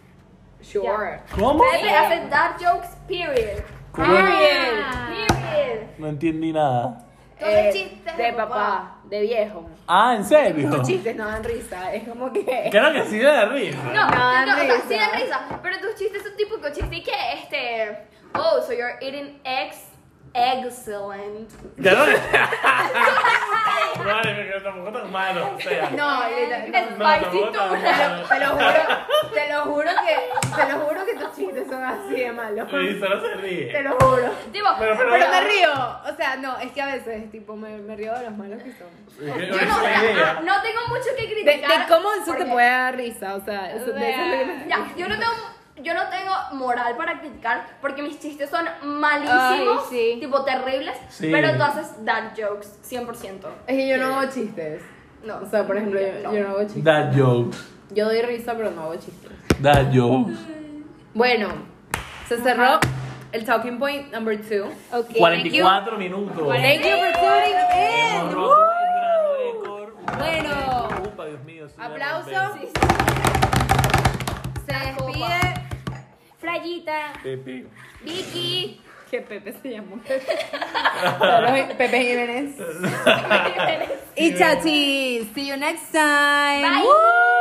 [SPEAKER 3] Sure.
[SPEAKER 5] ¿Cómo?
[SPEAKER 4] Pepe hace dad jokes, period.
[SPEAKER 5] ¿Cómo?
[SPEAKER 3] Ah,
[SPEAKER 4] Period. Period.
[SPEAKER 5] No entendí nada.
[SPEAKER 4] Todo
[SPEAKER 3] eh,
[SPEAKER 4] chistes
[SPEAKER 3] de papá, de viejo.
[SPEAKER 5] Ah, ¿en serio?
[SPEAKER 3] Los chistes no dan risa, es como que...
[SPEAKER 5] Creo que sí de risa.
[SPEAKER 4] No,
[SPEAKER 3] No,
[SPEAKER 4] no,
[SPEAKER 3] dan
[SPEAKER 4] o sea,
[SPEAKER 3] risa.
[SPEAKER 4] sí dan risa. Pero tus chistes son típicos chistes que, este. Oh, so you're eating eggs. Excellent.
[SPEAKER 5] Creo que. Vale, pero tampoco tan malo. O sea,
[SPEAKER 3] No, literal, no,
[SPEAKER 4] Es
[SPEAKER 5] no, tampoco
[SPEAKER 4] spicy
[SPEAKER 5] tan
[SPEAKER 4] tuna.
[SPEAKER 5] malo.
[SPEAKER 3] Te lo juro, te lo juro que, te lo juro que tus chistes son así de malos.
[SPEAKER 5] Y solo se
[SPEAKER 3] Te
[SPEAKER 5] ríe.
[SPEAKER 3] lo juro.
[SPEAKER 4] Tipo,
[SPEAKER 5] Pero, pero-
[SPEAKER 3] Pero me río. O sea, no, es que a veces, tipo, me, me río de los malos que son.
[SPEAKER 4] yo
[SPEAKER 5] Esa
[SPEAKER 4] no,
[SPEAKER 5] es la
[SPEAKER 4] ah,
[SPEAKER 5] idea.
[SPEAKER 4] no tengo mucho
[SPEAKER 3] De,
[SPEAKER 4] que
[SPEAKER 3] de
[SPEAKER 4] criticar.
[SPEAKER 3] cómo eso
[SPEAKER 4] porque-
[SPEAKER 3] te puede dar risa, o sea, eso, de eso es lo que me está
[SPEAKER 4] Ya, yo no tengo. Yo no tengo moral para criticar porque mis chistes son
[SPEAKER 3] Ay,
[SPEAKER 4] malísimos,
[SPEAKER 3] sí.
[SPEAKER 4] tipo terribles,
[SPEAKER 5] Sí.
[SPEAKER 4] pero tú haces dark jokes, 100%.
[SPEAKER 3] Es que yo no hago chistes.
[SPEAKER 4] No.
[SPEAKER 3] O sea, por ejemplo, yo, yo no hago chistes.
[SPEAKER 5] That joke.
[SPEAKER 3] Yo doy risa, pero no hago chistes.
[SPEAKER 5] That joke.
[SPEAKER 3] Bueno, se cerró el talking point number two.
[SPEAKER 6] Ok.
[SPEAKER 5] 44 minutos.
[SPEAKER 3] Thank you for tuning in.
[SPEAKER 5] Hemos roto
[SPEAKER 3] Woo.
[SPEAKER 5] un gran récord. Un gran
[SPEAKER 3] Bueno.
[SPEAKER 5] récord. Upa, Dios mío. sí,
[SPEAKER 3] Aplauso.
[SPEAKER 5] me
[SPEAKER 3] Se despide.
[SPEAKER 4] copa.
[SPEAKER 6] Frayita,
[SPEAKER 5] rompí.
[SPEAKER 6] Vicky,
[SPEAKER 3] Que Pepe se llamó. Solo Pepe Jiménez. y Chachi. See you next time.
[SPEAKER 4] Bye.
[SPEAKER 3] Woo.